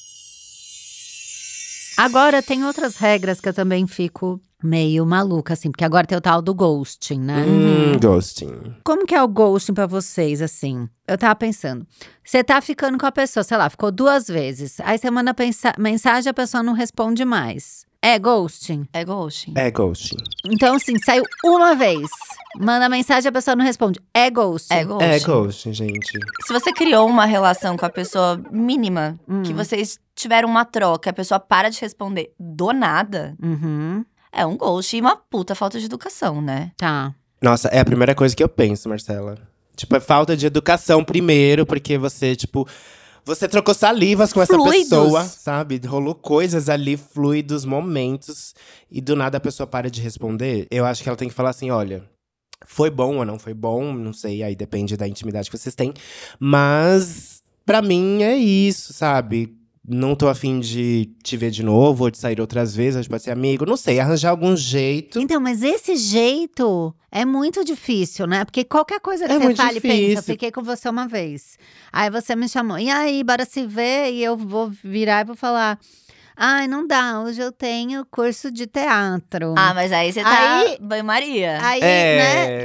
Speaker 1: Agora, tem outras regras que eu também fico meio maluca, assim. Porque agora tem o tal do ghosting, né?
Speaker 3: Hum, ghosting.
Speaker 1: Como que é o ghosting pra vocês, assim? Eu tava pensando. Você tá ficando com a pessoa, sei lá, ficou duas vezes. Aí você manda pensa- mensagem, a pessoa não responde mais. É ghosting?
Speaker 4: É ghosting.
Speaker 3: É ghosting.
Speaker 1: Então, assim, saiu uma vez. Manda mensagem, a pessoa não responde. É ghosting.
Speaker 4: É ghosting.
Speaker 3: É ghosting, gente.
Speaker 4: Se você criou uma relação com a pessoa mínima,
Speaker 1: Hum.
Speaker 4: que vocês tiveram uma troca, a pessoa para de responder do nada,
Speaker 1: Uhum,
Speaker 4: é um ghost e uma puta falta de educação, né?
Speaker 1: tá.
Speaker 3: Nossa, é a primeira coisa que eu penso, Marcela. Tipo, é falta de educação primeiro, porque você, tipo. Você trocou salivas com essa
Speaker 4: Fluidos.
Speaker 3: pessoa, sabe? Rolou coisas ali, fluidos, momentos. E do nada a pessoa para de responder. Eu acho que ela tem que falar assim: olha, foi bom ou não foi bom, não sei, aí depende da intimidade que vocês têm. Mas pra mim é isso, sabe? Não tô afim de te ver de novo ou de sair outras vezes, a gente pode ser amigo, não sei, arranjar algum
Speaker 1: (laughs)
Speaker 3: jeito.
Speaker 1: Então, mas esse jeito é muito difícil, né? Porque qualquer coisa que
Speaker 3: É
Speaker 1: você
Speaker 3: muito
Speaker 1: fale, pensa,
Speaker 3: difícil.
Speaker 1: fiquei com você uma vez. Aí você me chamou, e aí, bora se ver? E eu vou virar e vou falar: ai, não dá, hoje eu tenho curso de teatro.
Speaker 4: Ah, mas aí você tá
Speaker 1: Aí-
Speaker 4: banho-maria.
Speaker 1: aí,
Speaker 3: É.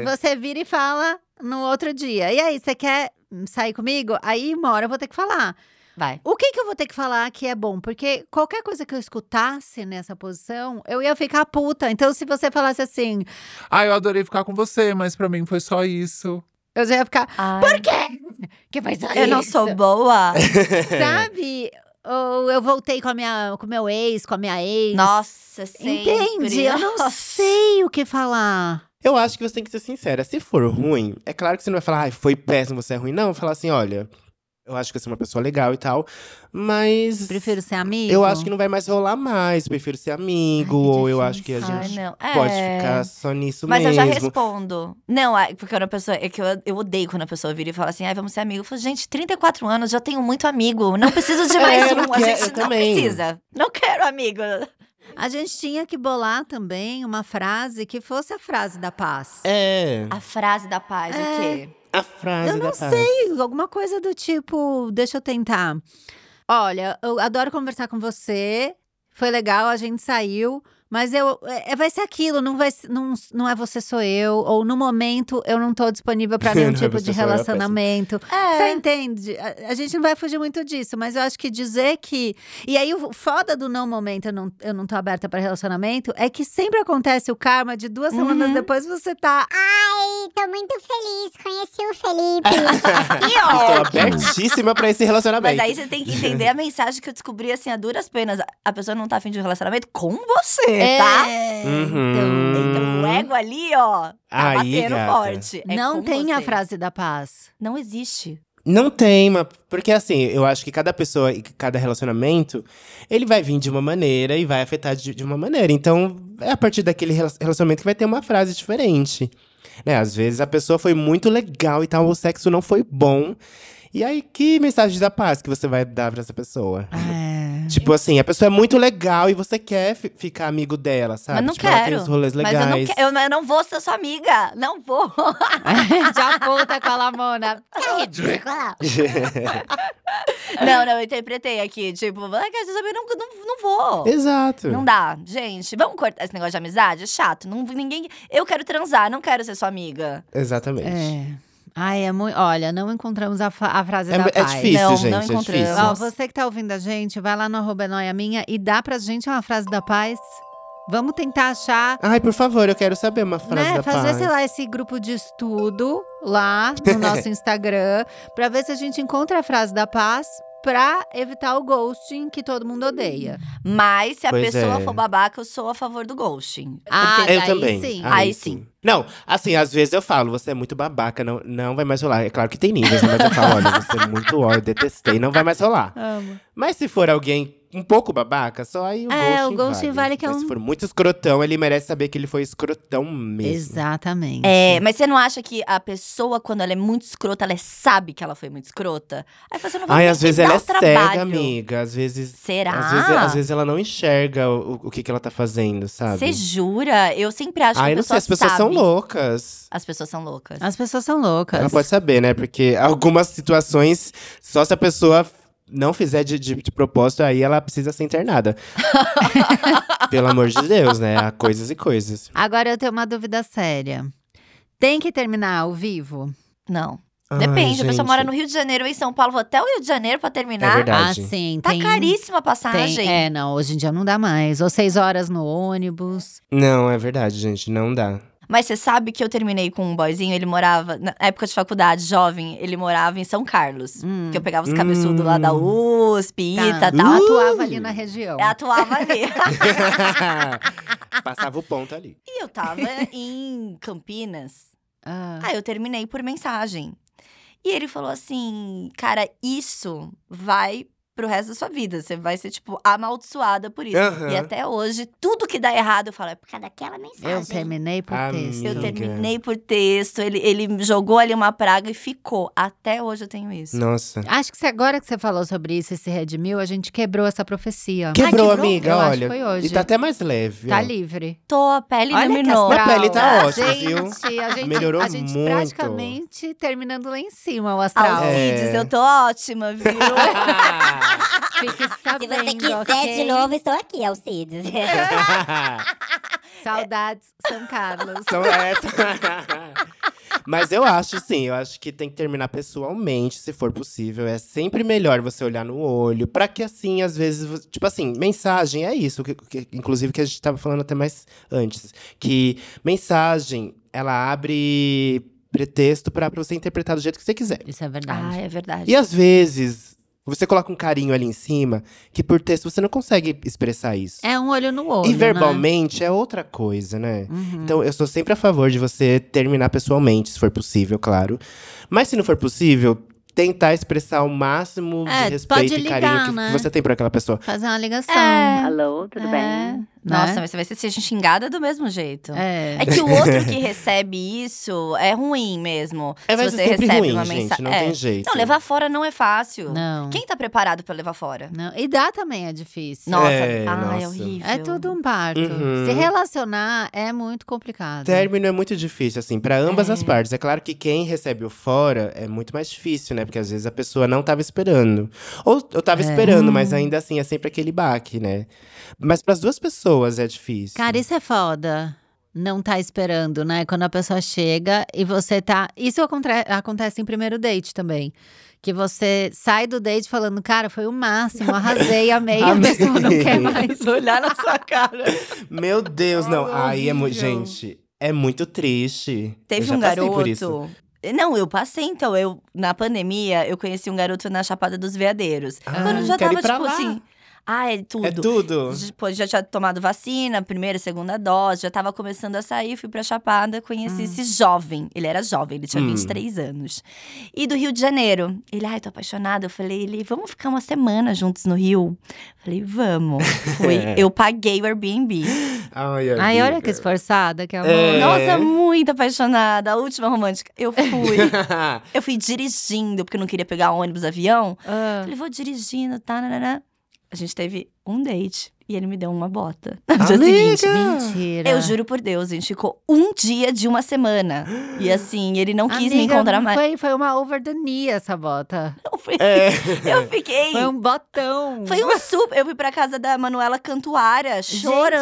Speaker 1: né, você vira e fala no outro dia: e aí, você quer sair comigo? Aí, uma hora eu vou ter que falar.
Speaker 4: Vai.
Speaker 1: O que, que eu vou ter que falar que é bom? Porque qualquer coisa que eu escutasse nessa posição, eu ia ficar puta. Então, se você falasse assim,
Speaker 5: Ai, Ah, eu adorei ficar com você, mas pra mim foi só isso.
Speaker 1: eu já ia ficar.
Speaker 4: Ai,
Speaker 1: Por quê? Que faz
Speaker 4: eu não (laughs)
Speaker 1: isso?
Speaker 4: sou boa.
Speaker 3: É.
Speaker 1: Sabe? Ou eu voltei com, a minha, com o meu ex, com a minha ex.
Speaker 4: Nossa, sempre.
Speaker 1: Entende? Eu não
Speaker 4: Nossa.
Speaker 1: sei o que falar.
Speaker 3: Eu acho que você tem que ser sincera. Se for ruim, é claro que você não vai falar, ai, foi péssimo, você é ruim. Não, falar assim, olha. Eu acho que eu sou uma pessoa legal e tal. Mas.
Speaker 1: Prefiro ser amigo.
Speaker 3: Eu acho que não vai mais rolar mais. Prefiro ser amigo.
Speaker 1: Ai, que
Speaker 3: ou eu acho que a
Speaker 1: difícil.
Speaker 3: gente
Speaker 4: não.
Speaker 3: pode
Speaker 4: É.
Speaker 3: ficar só nisso
Speaker 4: Mas eu
Speaker 3: mesmo.
Speaker 4: já respondo. Não, ah, porque quando a pessoa. É que eu, eu odeio quando a pessoa vira e fala assim, ai, vamos ser amigo. Eu falo, gente, 34 anos, já tenho muito amigo. (laughs) Não preciso de
Speaker 3: É,
Speaker 4: mais
Speaker 3: eu
Speaker 4: um.
Speaker 3: não
Speaker 4: a
Speaker 3: quero-
Speaker 4: gente
Speaker 3: eu
Speaker 4: não
Speaker 3: também.
Speaker 4: precisa. Não quero amigo.
Speaker 1: A gente tinha que bolar também uma frase que fosse a frase da paz.
Speaker 3: É.
Speaker 4: A frase da paz,
Speaker 1: É.
Speaker 4: o quê?
Speaker 3: A frase
Speaker 1: Eu
Speaker 3: da
Speaker 1: não
Speaker 3: paz.
Speaker 1: sei, alguma coisa do tipo, deixa eu tentar. Olha, eu adoro conversar com você. Foi legal, a gente saiu, mas eu é, é- vai ser aquilo, não vai ser- não, não é você sou eu ou no momento eu não tô disponível
Speaker 3: (laughs)
Speaker 1: para nenhum
Speaker 3: Não é
Speaker 1: tipo
Speaker 3: você
Speaker 1: de
Speaker 3: sou eu, é
Speaker 1: relacionamento. Você entende? A, a gente não vai fugir muito disso, mas eu acho que dizer que. E aí, o foda do não momento, eu não, eu não tô aberta para relacionamento, é que sempre acontece o karma de duas semanas
Speaker 4: Uhum.
Speaker 1: depois você tá.
Speaker 2: Ai, tô muito feliz. Conheci o Felipe.
Speaker 4: É.
Speaker 3: É.
Speaker 4: E
Speaker 3: Estou
Speaker 4: ó.
Speaker 3: abertíssima pra esse relacionamento.
Speaker 4: Mas aí você tem que entender a mensagem que eu descobri assim, a duras penas. A pessoa não tá afim de um relacionamento com você, tá?
Speaker 1: é
Speaker 3: Uhum.
Speaker 4: Então o ego ali, ó, tá
Speaker 3: Aí,
Speaker 4: batendo
Speaker 3: gata.
Speaker 4: forte. É
Speaker 1: não
Speaker 4: com
Speaker 1: tem a
Speaker 4: você.
Speaker 1: frase da paz.
Speaker 4: Não existe.
Speaker 3: Não tem, mas porque assim, eu acho que cada pessoa e cada relacionamento, ele vai vir de uma maneira e vai afetar de, de uma maneira. Então, é a partir daquele rela- relacionamento que vai ter uma frase diferente. Né? Às vezes a pessoa foi muito legal e tal, o sexo não foi bom. E aí, que mensagem da paz que você vai dar pra essa pessoa?
Speaker 1: (laughs) É.
Speaker 3: Tipo assim, a pessoa é muito legal e você quer fi- ficar amigo dela, sabe?
Speaker 4: não
Speaker 3: tipo, ela tem
Speaker 4: quero.
Speaker 3: os rolês legais.
Speaker 4: Mas eu não, que- eu, não- eu não vou ser sua amiga. Não vou. (laughs)
Speaker 1: Já aponta com a lamona.
Speaker 2: Ridícula.
Speaker 4: não, não, eu interpretei aqui. Tipo, ah, quer saber? Não, não, não
Speaker 3: (laughs)
Speaker 4: vou.
Speaker 3: Exato.
Speaker 4: Não dá, gente. Vamos cortar esse negócio de amizade? É chato. Não, ninguém. Eu quero transar, não quero ser sua amiga.
Speaker 3: Exatamente.
Speaker 1: É. Ai, é muito. Olha, não encontramos a, fa- a frase
Speaker 3: É-
Speaker 1: da
Speaker 3: é
Speaker 1: paz.
Speaker 3: difícil,
Speaker 4: Não,
Speaker 3: gente.
Speaker 4: não
Speaker 3: é
Speaker 4: encontramos.
Speaker 3: difícil.
Speaker 1: Ó, você que tá ouvindo a gente, vai lá no arroba Noia Minha e dá pra gente uma frase da paz. Vamos tentar achar,
Speaker 3: Ai, por favor, eu quero saber uma frase
Speaker 1: né?
Speaker 3: da
Speaker 1: Fazer,
Speaker 3: paz.
Speaker 1: sei lá, esse grupo de estudo lá
Speaker 3: (laughs)
Speaker 1: no nosso Instagram, pra ver se a gente encontra a frase da paz pra evitar o ghosting que todo mundo odeia.
Speaker 4: Mas se a
Speaker 3: Pois
Speaker 4: pessoa
Speaker 3: é.
Speaker 4: for babaca, eu sou a favor do ghosting.
Speaker 1: Ah,
Speaker 3: Eu
Speaker 1: daí
Speaker 3: também.
Speaker 1: sim.
Speaker 3: Aí,
Speaker 4: Aí
Speaker 3: sim. Não, assim, às vezes eu falo, você é muito babaca, não, não vai mais rolar. É claro que tem níveis, né, mas eu falo, olha, você é muito ó, eu detestei, não vai mais rolar.
Speaker 1: Amo.
Speaker 3: Mas se for alguém um pouco babaca, só aí o
Speaker 1: É,
Speaker 3: ghosting
Speaker 1: o ghosting vale que é
Speaker 3: Mas se
Speaker 1: um-
Speaker 3: for muito escrotão, ele merece saber que ele foi escrotão mesmo.
Speaker 1: Exatamente.
Speaker 4: É, mas você não acha que a pessoa, quando ela é muito escrota, ela sabe que ela foi muito escrota? Aí você não vai
Speaker 3: Ai,
Speaker 4: nem
Speaker 3: às vezes
Speaker 4: dar
Speaker 3: ela
Speaker 4: o
Speaker 3: é
Speaker 4: trabalho.
Speaker 3: cega, amiga. Às vezes,
Speaker 4: Será?
Speaker 3: às vezes. é, às vezes ela não enxerga o, o que, que ela tá fazendo, sabe?
Speaker 4: Você jura? Eu sempre acho
Speaker 3: Ai,
Speaker 4: que a
Speaker 3: não sei,
Speaker 4: pessoa
Speaker 3: as pessoas
Speaker 4: sabe.
Speaker 3: são loucas.
Speaker 4: As pessoas são loucas.
Speaker 1: As pessoas são loucas.
Speaker 3: Ela pode saber, né? Porque algumas situações, só se a pessoa não fizer de, de, de propósito, aí ela precisa
Speaker 1: (laughs)
Speaker 3: ser internada. Pelo amor de Deus, né? Há coisas e coisas.
Speaker 1: Agora eu tenho uma dúvida séria. Tem que terminar ao vivo?
Speaker 4: Não.
Speaker 3: Ai,
Speaker 4: Depende, a pessoa
Speaker 3: gente.
Speaker 4: mora no Rio de Janeiro ou em São Paulo, vou até o Rio de Janeiro pra
Speaker 3: É
Speaker 4: terminar.
Speaker 3: verdade.
Speaker 1: Ah, sim.
Speaker 4: tá
Speaker 1: tem,
Speaker 4: caríssima a
Speaker 1: tem-
Speaker 4: passagem.
Speaker 1: É, não, hoje em dia não dá mais. Ou seis horas no ônibus.
Speaker 3: Não, é verdade, gente. Não dá.
Speaker 1: (laughs)
Speaker 4: Mas você sabe que eu terminei com um boyzinho, ele morava, na época de faculdade, jovem, ele morava em São Carlos.
Speaker 1: Hum,
Speaker 4: Que eu pegava os cabeçudos lá da
Speaker 3: Hum. Então.
Speaker 4: USP,
Speaker 1: tá.
Speaker 4: Ita, tal.
Speaker 1: Atuava ali na região.
Speaker 3: É
Speaker 4: Eu atuava ali. (laughs)
Speaker 3: Passava o ponto ali.
Speaker 4: e eu tava em Campinas.
Speaker 1: Ah,
Speaker 4: Aí eu terminei por mensagem. E ele falou assim: cara, isso vai pro resto da sua vida. Você vai ser, tipo, amaldiçoada por isso.
Speaker 3: Aham.
Speaker 4: E até hoje, tudo que dá errado, eu falo, é
Speaker 2: Por causa daquela mensagem.
Speaker 1: eu terminei por
Speaker 3: Ah,
Speaker 1: texto.
Speaker 4: Eu
Speaker 3: Amiga.
Speaker 4: terminei por texto, ele, ele jogou ali uma praga e ficou. Até hoje eu tenho isso.
Speaker 3: Nossa.
Speaker 1: Acho que se agora que você falou sobre isso, esse Red Mill, a gente quebrou essa profecia.
Speaker 3: Quebrou,
Speaker 4: quebrou?
Speaker 1: Ah,
Speaker 3: amiga,
Speaker 1: Eu acho
Speaker 3: olha.
Speaker 1: que foi hoje.
Speaker 3: E tá até mais leve.
Speaker 1: Tá (laughs)
Speaker 3: ó. (laughs)
Speaker 1: livre.
Speaker 4: Tô, a pele
Speaker 1: Olha que
Speaker 4: iluminou.
Speaker 1: astral.
Speaker 3: A pele tá ótima,
Speaker 1: gente,
Speaker 3: viu?
Speaker 1: A gente,
Speaker 3: Melhorou
Speaker 1: a gente
Speaker 3: muito.
Speaker 1: praticamente terminando lá em cima o astral.
Speaker 4: Alcides,
Speaker 3: É.
Speaker 4: eu tô ótima, viu?
Speaker 1: É Fique
Speaker 2: Se
Speaker 1: sabendo,
Speaker 2: você quiser
Speaker 1: ok?
Speaker 2: de novo, estou aqui, Alcides.
Speaker 1: Saudades, São Carlos.
Speaker 3: São essa. (laughs) Mas eu acho, sim, eu acho que tem que terminar pessoalmente, se for possível. É sempre melhor você olhar no olho, pra que assim, às vezes, vo- tipo assim, mensagem é isso, que, que- inclusive que a gente tava falando até mais antes, que mensagem, ela abre pretexto pra pra você interpretar do jeito que você quiser.
Speaker 1: Isso é verdade.
Speaker 4: ah, é verdade.
Speaker 3: E às vezes, você coloca um carinho ali em cima, que por texto você não consegue expressar isso.
Speaker 1: É um olho no olho.
Speaker 3: e
Speaker 1: né?
Speaker 3: verbalmente é outra coisa, né?
Speaker 1: Uhum.
Speaker 3: Então, eu sou sempre a favor de você terminar pessoalmente, se for possível, claro. Mas se não for possível, tentar expressar o máximo
Speaker 1: É,
Speaker 3: de respeito
Speaker 1: pode
Speaker 3: e carinho
Speaker 1: ligar,
Speaker 3: que
Speaker 1: né?
Speaker 3: você tem por aquela pessoa.
Speaker 1: Fazer uma ligação. É.
Speaker 3: né?
Speaker 7: Alô, tudo
Speaker 4: É.
Speaker 7: bem?
Speaker 4: Nossa,
Speaker 1: Né?
Speaker 4: mas você vai ser ser xingada do mesmo jeito. É.
Speaker 1: É.
Speaker 4: que o outro que recebe isso é ruim mesmo.
Speaker 3: É, mas é
Speaker 4: se você
Speaker 3: sempre
Speaker 4: recebe
Speaker 3: ruim,
Speaker 4: uma
Speaker 3: gente.
Speaker 4: mensagem.
Speaker 3: Não
Speaker 1: é.
Speaker 3: tem jeito.
Speaker 4: Não, levar fora não é fácil.
Speaker 1: Não.
Speaker 4: Quem tá preparado pra levar fora?
Speaker 1: não. E dar também é difícil.
Speaker 4: Nossa,
Speaker 3: É,
Speaker 4: ai,
Speaker 3: nossa.
Speaker 4: é horrível.
Speaker 1: É tudo um parto.
Speaker 3: Uhum.
Speaker 1: Se relacionar é muito complicado.
Speaker 3: Término é muito difícil, assim, pra ambas
Speaker 4: É.
Speaker 1: Uhum.
Speaker 3: as partes. É claro que quem recebe o fora é muito mais difícil, né? Porque às vezes a pessoa não tava esperando. Ou eu tava
Speaker 1: É.
Speaker 3: esperando, mas ainda assim é sempre aquele baque, né? Mas pras duas pessoas é difícil.
Speaker 1: Cara, isso é foda. Não tá esperando, né? Quando a pessoa chega e você tá. Isso acontre- acontece em primeiro date também. Que você sai do date falando, cara, foi o
Speaker 3: (laughs)
Speaker 1: máximo, arrasei, amei, a
Speaker 3: Amei.
Speaker 1: pessoa não quer
Speaker 3: É (laughs)
Speaker 1: mais.
Speaker 4: Olhar na sua cara.
Speaker 3: Meu Deus, não.
Speaker 4: Ah,
Speaker 3: Aí é muito.
Speaker 4: horrível.
Speaker 3: Gente, é muito triste. Eu
Speaker 4: Teve
Speaker 3: já
Speaker 4: um
Speaker 3: passei Por isso.
Speaker 4: garoto. Não, eu passei, então. Eu, na pandemia, eu conheci um garoto na Chapada dos Veadeiros.
Speaker 3: Ah,
Speaker 4: quando eu já
Speaker 3: quero
Speaker 4: tava,
Speaker 3: ir pra
Speaker 4: tipo
Speaker 3: lá.
Speaker 4: assim. Ah, é tudo.
Speaker 3: É tudo.
Speaker 4: Tipo, já tinha tomado vacina, primeira, segunda dose, já tava começando a sair, fui pra Chapada, conheci esse jovem. Ele era jovem, ele tinha
Speaker 3: Hum.
Speaker 4: 23 anos. E do Rio de Janeiro. Ele, ai, tô apaixonada. Eu falei, ele, vamos ficar uma semana juntos no Rio? Falei, vamos.
Speaker 3: (laughs)
Speaker 4: Fui,
Speaker 3: É.
Speaker 4: eu paguei o Airbnb.
Speaker 3: Ai, amiga.
Speaker 1: Ai, olha que
Speaker 4: (laughs)
Speaker 1: esforçada, que amor.
Speaker 3: É.
Speaker 4: Nossa, muito apaixonada. A última romântica. Eu fui.
Speaker 3: (laughs)
Speaker 4: eu fui dirigindo, porque eu não queria pegar ônibus, avião.
Speaker 1: Ah.
Speaker 4: Falei, vou dirigindo, tá, nananã. A gente teve um date e ele me deu uma bota. (laughs) No dia
Speaker 3: Amiga!
Speaker 4: seguinte.
Speaker 1: Mentira.
Speaker 4: Eu juro por Deus, a gente ficou um dia de uma semana. E assim, ele não quis me
Speaker 1: Amiga,
Speaker 4: encontrar mais.
Speaker 1: Foi, foi uma over the knee essa bota.
Speaker 4: Não, foi-
Speaker 3: É.
Speaker 4: (laughs) Eu fiquei.
Speaker 1: Foi um botão.
Speaker 4: Foi um super. Eu fui pra casa da Manuela Cantuária,
Speaker 1: Manu
Speaker 4: chorando.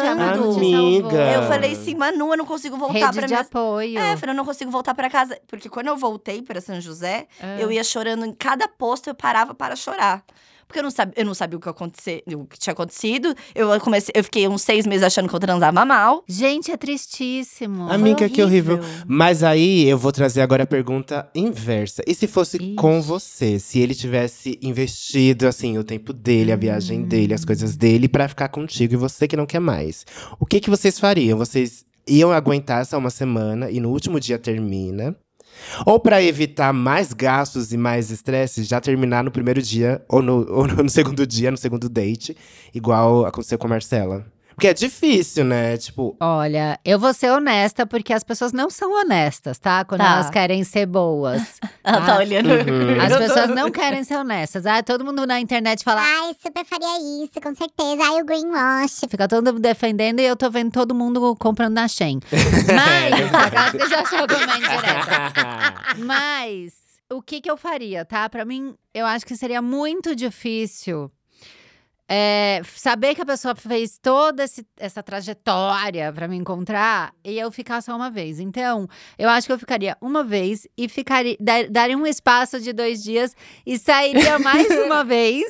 Speaker 1: te salvou.
Speaker 3: Amiga.
Speaker 4: eu falei assim, Manu, eu não consigo voltar
Speaker 1: Rede
Speaker 4: pra
Speaker 1: de
Speaker 4: minha.
Speaker 1: apoio.
Speaker 4: É, eu falei, eu não consigo voltar pra casa. Porque quando eu voltei pra São José,
Speaker 1: É.
Speaker 4: eu ia chorando em cada posto, eu parava para chorar. Porque eu não sabia, eu não sabia o que, acontecer, o que tinha acontecido. Eu comecei, eu fiquei uns seis meses achando que eu transava mal.
Speaker 1: Gente, é tristíssimo.
Speaker 3: Ami- Amiga, que horrível. Mas aí eu vou trazer agora a pergunta inversa. E se fosse
Speaker 1: Ixi.
Speaker 3: com você? Se ele tivesse investido, assim, o tempo dele, a viagem dele, as coisas dele, pra ficar contigo e você que não quer mais. O que que vocês fariam? Vocês iam aguentar essa uma semana e no último dia termina? Ou pra evitar mais gastos e mais estresse, já terminar no primeiro dia ou no, (laughs) ou no segundo dia, no segundo date, igual aconteceu com a Marcela? Porque é difícil, né? Tipo,
Speaker 1: Olha, eu vou ser honesta porque as pessoas não são honestas, tá? Quando
Speaker 4: Tá.
Speaker 1: elas querem ser boas.
Speaker 4: (laughs) Ela
Speaker 1: Ah.
Speaker 4: tá olhando.
Speaker 3: Uhum.
Speaker 1: As
Speaker 4: Eu tô-
Speaker 1: pessoas não querem ser honestas. Ah, todo mundo na internet fala. "Ah,
Speaker 2: Ai, super faria isso, com certeza. Ai, o greenwash.
Speaker 1: Fica todo mundo defendendo e eu tô vendo todo mundo comprando na
Speaker 4: (laughs)
Speaker 1: Shein.
Speaker 4: É,
Speaker 1: Mas, acho que já chegou na indireta. Mas o que, que eu faria, tá? Pra mim, eu acho que seria muito difícil é, saber que a pessoa fez toda esse- essa trajetória pra me encontrar e eu ficar só uma vez. Então, eu acho que eu ficaria uma vez e ficaria dar- daria um espaço de dois dias e sairia mais uma vez,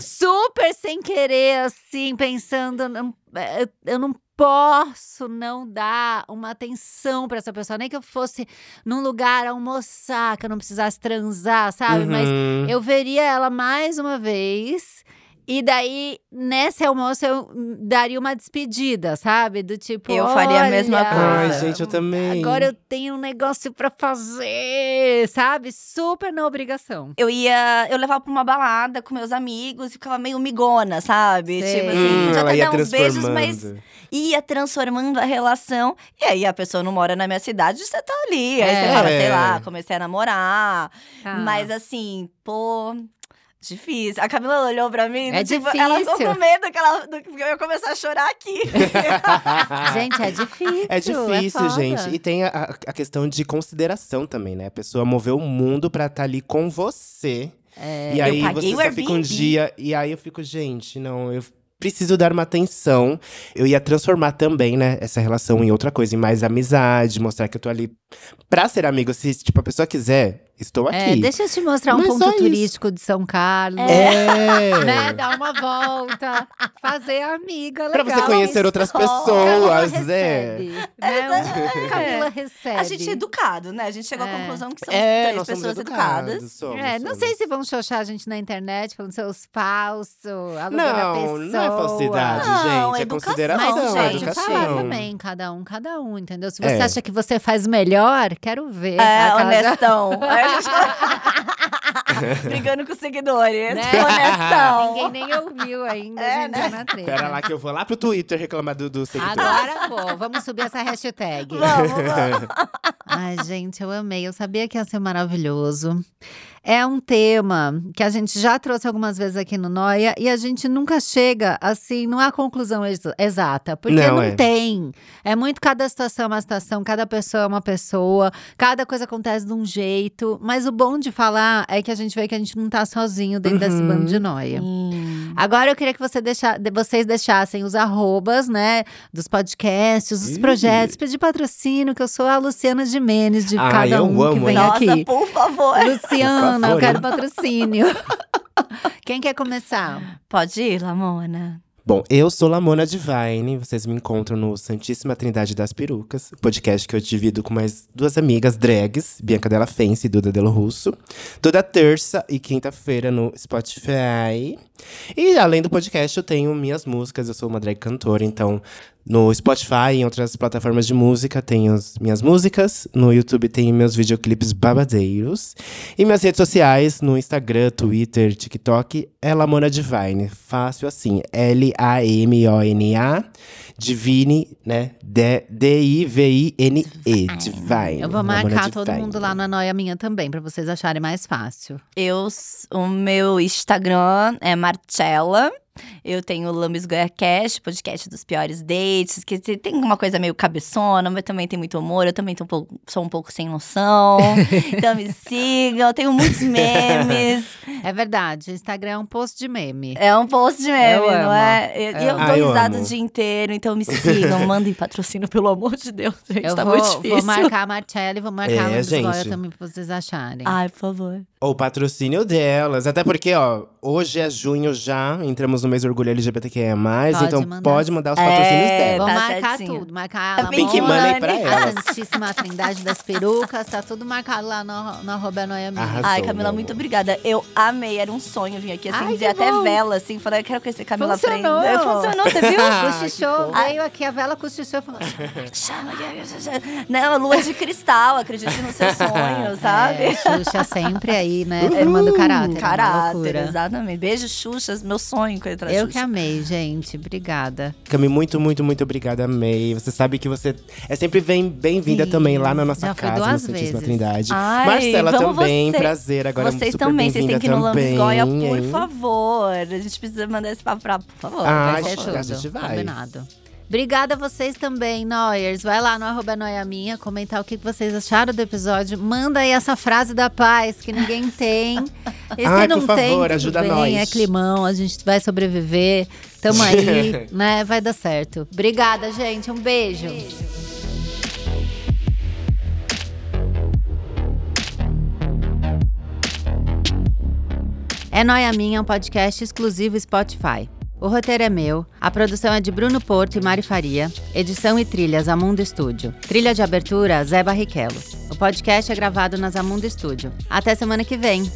Speaker 1: super sem querer, assim, pensando, "Não, é, eu, eu não posso não dar uma atenção pra essa pessoa, nem que eu fosse num lugar almoçar, que eu não precisasse transar, sabe? Mas
Speaker 3: Uhum.
Speaker 1: eu veria ela mais uma vez. E daí, nesse almoço, eu hum, daria uma despedida, sabe? Do tipo.
Speaker 4: Eu faria a mesma
Speaker 1: "Olha,
Speaker 4: coisa.
Speaker 3: Ai, gente, eu também.
Speaker 1: Ah, Agora eu tenho um negócio pra fazer, sabe? Super na obrigação.
Speaker 4: Eu ia. Eu levava pra uma balada com meus amigos e ficava meio migona, sabe?
Speaker 1: Sei.
Speaker 4: Tipo assim,
Speaker 3: Hum,
Speaker 4: podia
Speaker 3: ela
Speaker 4: até
Speaker 3: ia
Speaker 4: dar uns beijos,
Speaker 3: transformando. (laughs)
Speaker 4: mas ia transformando a relação. E aí a pessoa não mora na minha cidade, você tá ali. Aí
Speaker 1: É.
Speaker 4: você fala, sei
Speaker 3: É.
Speaker 4: lá, comecei a namorar.
Speaker 1: Tá.
Speaker 4: Mas assim, pô. Difícil. A Camila olhou pra mim.
Speaker 1: É
Speaker 4: tipo, Ela ficou
Speaker 1: difícil.
Speaker 4: com medo que, ela, do que eu ia começar a chorar aqui.
Speaker 1: (laughs) Gente, é difícil.
Speaker 3: É difícil,
Speaker 1: foda.
Speaker 3: gente. E tem a- a, a questão de consideração também, né? A pessoa moveu o mundo pra estar ali com você.
Speaker 1: É.
Speaker 3: e aí
Speaker 4: paguei
Speaker 3: você
Speaker 4: o
Speaker 3: só fica um
Speaker 4: Airbnb.
Speaker 3: dia. E aí eu fico, gente, não, eu preciso dar uma atenção. Eu ia transformar também, né, essa relação em outra coisa, em mais amizade, mostrar que eu tô ali pra ser amigo. Se, tipo, a pessoa quiser, estou
Speaker 1: É,
Speaker 3: aqui.
Speaker 1: deixa eu te mostrar um
Speaker 3: Mas só
Speaker 1: ponto
Speaker 3: isso.
Speaker 1: turístico de São Carlos.
Speaker 3: É.
Speaker 1: Né? Dar uma volta, fazer amiga
Speaker 3: Pra
Speaker 1: legal.
Speaker 3: você conhecer outras
Speaker 4: Camila
Speaker 3: pessoas, é.
Speaker 1: recebe, né? O Camila recebe.
Speaker 4: A gente é educado, né? A gente chegou
Speaker 1: É.
Speaker 4: à conclusão que somos
Speaker 3: É,
Speaker 4: três
Speaker 3: nós somos
Speaker 4: pessoas
Speaker 3: educados.
Speaker 4: educadas.
Speaker 3: somos,
Speaker 1: É, não
Speaker 3: somos.
Speaker 1: sei se vão xoxar a gente na internet falando seus falsos, alugando a
Speaker 3: Não,
Speaker 1: pessoa.
Speaker 3: não é falsidade,
Speaker 4: Não,
Speaker 3: gente. É
Speaker 4: educação,
Speaker 1: Mas
Speaker 3: consideração, é
Speaker 1: gente,
Speaker 3: educação.
Speaker 1: fala também, cada um, cada um, entendeu? Se você
Speaker 3: É.
Speaker 1: acha que você faz melhor, quero ver. tá?
Speaker 4: É,
Speaker 1: Aquela já-
Speaker 4: honestão. Aí a gente- (laughs) brigando com os seguidores.
Speaker 1: Né?
Speaker 4: Honestão.
Speaker 1: Ninguém nem ouviu ainda,
Speaker 4: É,
Speaker 1: a gente
Speaker 4: né?
Speaker 1: tá na treta.
Speaker 3: Pera lá que eu vou lá pro Twitter reclamar do, do seguidor.
Speaker 1: Agora, pô, vamos subir essa hashtag.
Speaker 4: Vamos, vamos.
Speaker 1: Ai, gente, eu amei. Eu sabia que ia ser maravilhoso. É um tema que a gente já trouxe algumas vezes aqui no Noia e a gente nunca chega assim, não há conclusão ex- exata, porque não,
Speaker 3: Não, é.
Speaker 1: tem. É muito cada situação é uma situação, cada pessoa é uma pessoa, cada coisa acontece de um jeito. Mas o bom de falar é que a gente vê que a gente não tá sozinho dentro desse
Speaker 3: Uhum.
Speaker 1: bando de Noia. Agora eu queria que você deixa- de- vocês deixassem os arrobas, né? Dos podcasts, dos
Speaker 3: Ih.
Speaker 1: projetos. Pedir patrocínio, que eu sou a Luciana de Menes, de
Speaker 3: Ah,
Speaker 1: cada
Speaker 3: eu
Speaker 1: um que
Speaker 3: amo,
Speaker 1: vem
Speaker 3: hein?
Speaker 4: Nossa,
Speaker 1: aqui.
Speaker 4: por favor.
Speaker 1: Luciana,
Speaker 3: Por
Speaker 1: eu
Speaker 3: favor,
Speaker 1: quero
Speaker 3: hein? (laughs)
Speaker 1: patrocínio. Quem quer começar?
Speaker 4: Pode ir, Lamona.
Speaker 3: Bom, eu sou Lamona Divine, vocês me encontram no Santíssima Trindade das Perucas, podcast que eu divido com mais duas amigas drags, Bianca Della Fence e Duda Delo Russo, toda terça e quinta-feira no Spotify. E além do podcast, eu tenho minhas músicas, eu sou uma drag cantora, então no Spotify e em outras plataformas de música tem as minhas músicas, no YouTube tem meus videoclipes babadeiros, e minhas redes sociais, no Instagram, Twitter, TikTok, é Lamona Divine. Fácil assim. L-A-M-O-N-A. Divine, né? D- D-I-V-I-N-E. Divine.
Speaker 1: Ah, Eu vou
Speaker 3: Lamona
Speaker 1: marcar todo
Speaker 3: Divine.
Speaker 1: mundo lá no Anoia Minha também, pra vocês acharem mais fácil.
Speaker 4: Eu, s- o meu Instagram é Marcella. Eu tenho o Lambis Goya Cash, podcast dos piores dates, que te- tem uma coisa meio cabeçona, mas também tem muito humor, eu também tô um pouco- sou um pouco sem noção. então me sigam, eu tenho muitos memes.
Speaker 1: É verdade, o Instagram é um post de meme.
Speaker 4: É um post de meme,
Speaker 1: Eu
Speaker 4: não
Speaker 1: amo.
Speaker 4: é? E- E eu,
Speaker 1: Eu
Speaker 3: amo. Ah,
Speaker 4: dou
Speaker 3: eu
Speaker 4: risada o
Speaker 3: amo.
Speaker 4: dia inteiro, então me
Speaker 1: (laughs)
Speaker 4: sigam, mandem patrocínio, pelo amor de Deus, gente,
Speaker 1: Eu
Speaker 4: tá
Speaker 1: vou,
Speaker 4: muito difícil.
Speaker 1: vou marcar a Marcella e vou marcar
Speaker 3: É,
Speaker 1: a Lambis
Speaker 3: gente.
Speaker 1: Goya também pra vocês acharem.
Speaker 4: Ai, por favor.
Speaker 3: O patrocínio delas. Até porque, ó, hoje é junho já, entramos no mês do orgulho LGBTQIA.
Speaker 1: Pode
Speaker 3: então
Speaker 1: mandar.
Speaker 3: pode mandar os
Speaker 4: É,
Speaker 3: patrocínios
Speaker 1: Vou
Speaker 3: delas.
Speaker 4: tá
Speaker 1: marcar
Speaker 4: certinho.
Speaker 1: tudo, marcar a
Speaker 4: Tá
Speaker 3: Pink
Speaker 1: Lamona,
Speaker 3: Money pra
Speaker 1: A
Speaker 3: elas.
Speaker 1: Santíssima Trindade das Perucas, tá tudo marcado lá no, no Arroba Noia Minha.
Speaker 3: Arrasou,
Speaker 4: Ai,
Speaker 3: meu
Speaker 4: Camila,
Speaker 3: amor.
Speaker 4: muito obrigada. Eu amei, era um sonho vir aqui, assim,
Speaker 1: Ai,
Speaker 4: dizer
Speaker 1: que
Speaker 4: até
Speaker 1: bom.
Speaker 4: vela, assim, falar, eu quero conhecer Camila
Speaker 1: É, Funcionou.
Speaker 4: Frenda. Funcionou,
Speaker 3: (laughs)
Speaker 4: você viu?
Speaker 3: Ah,
Speaker 1: Cochichou,
Speaker 3: que
Speaker 1: veio aqui, a vela cochichou. falou, assim,
Speaker 3: (laughs)
Speaker 4: Chama, Não, lua de cristal, acredite no seu sonho, sabe?
Speaker 1: É, Xuxa sempre aí, né? Irmã do caráter. uma
Speaker 4: Caráter,
Speaker 1: loucura.
Speaker 4: exatamente. Beijo, Xuxa, meu sonho com a Xuxa.
Speaker 1: Eu que amei, gente. Obrigada.
Speaker 3: Cami, muito, muito, muito obrigada, May. Você sabe que você é sempre bem- bem-vinda
Speaker 1: Sim,
Speaker 3: também lá na nossa
Speaker 1: já fui
Speaker 3: casa,
Speaker 1: duas
Speaker 3: no Santíssima
Speaker 1: vezes.
Speaker 3: Trindade.
Speaker 4: Ai,
Speaker 3: Marcela
Speaker 4: vamos
Speaker 3: também,
Speaker 4: você-
Speaker 3: prazer. Agora é
Speaker 4: vocês
Speaker 3: super
Speaker 4: também, vocês têm
Speaker 3: bem-vinda
Speaker 4: que ir no
Speaker 3: também,
Speaker 4: Lambisgoia, por
Speaker 3: hein?
Speaker 4: favor. A gente precisa mandar esse papo pra, por favor.
Speaker 3: Ah,
Speaker 1: Vai ser
Speaker 4: por
Speaker 3: gente,
Speaker 4: favor.
Speaker 1: tudo.
Speaker 3: a gente vai.
Speaker 1: Combinado. Obrigada a vocês também, Noyers. Vai lá no arroba Noia Minha comentar o que que vocês acharam do episódio. Manda aí essa frase da paz que ninguém tem. E se
Speaker 3: (laughs) Ai, por
Speaker 1: não tem,
Speaker 3: favor,
Speaker 1: tudo
Speaker 3: ajuda
Speaker 1: bem,
Speaker 3: nós.
Speaker 1: É climão, a gente vai sobreviver. Tamo aí, né? Vai dar certo. Obrigada, gente. Um beijo. É Noia Minha, um podcast exclusivo Spotify. O roteiro é meu, a produção é de Bruno Porto e Mari Faria, edição e trilhas Amundo Estúdio. Trilha de abertura, Zé Barrichello. O podcast é gravado nas Amundo Estúdio. Até semana que vem!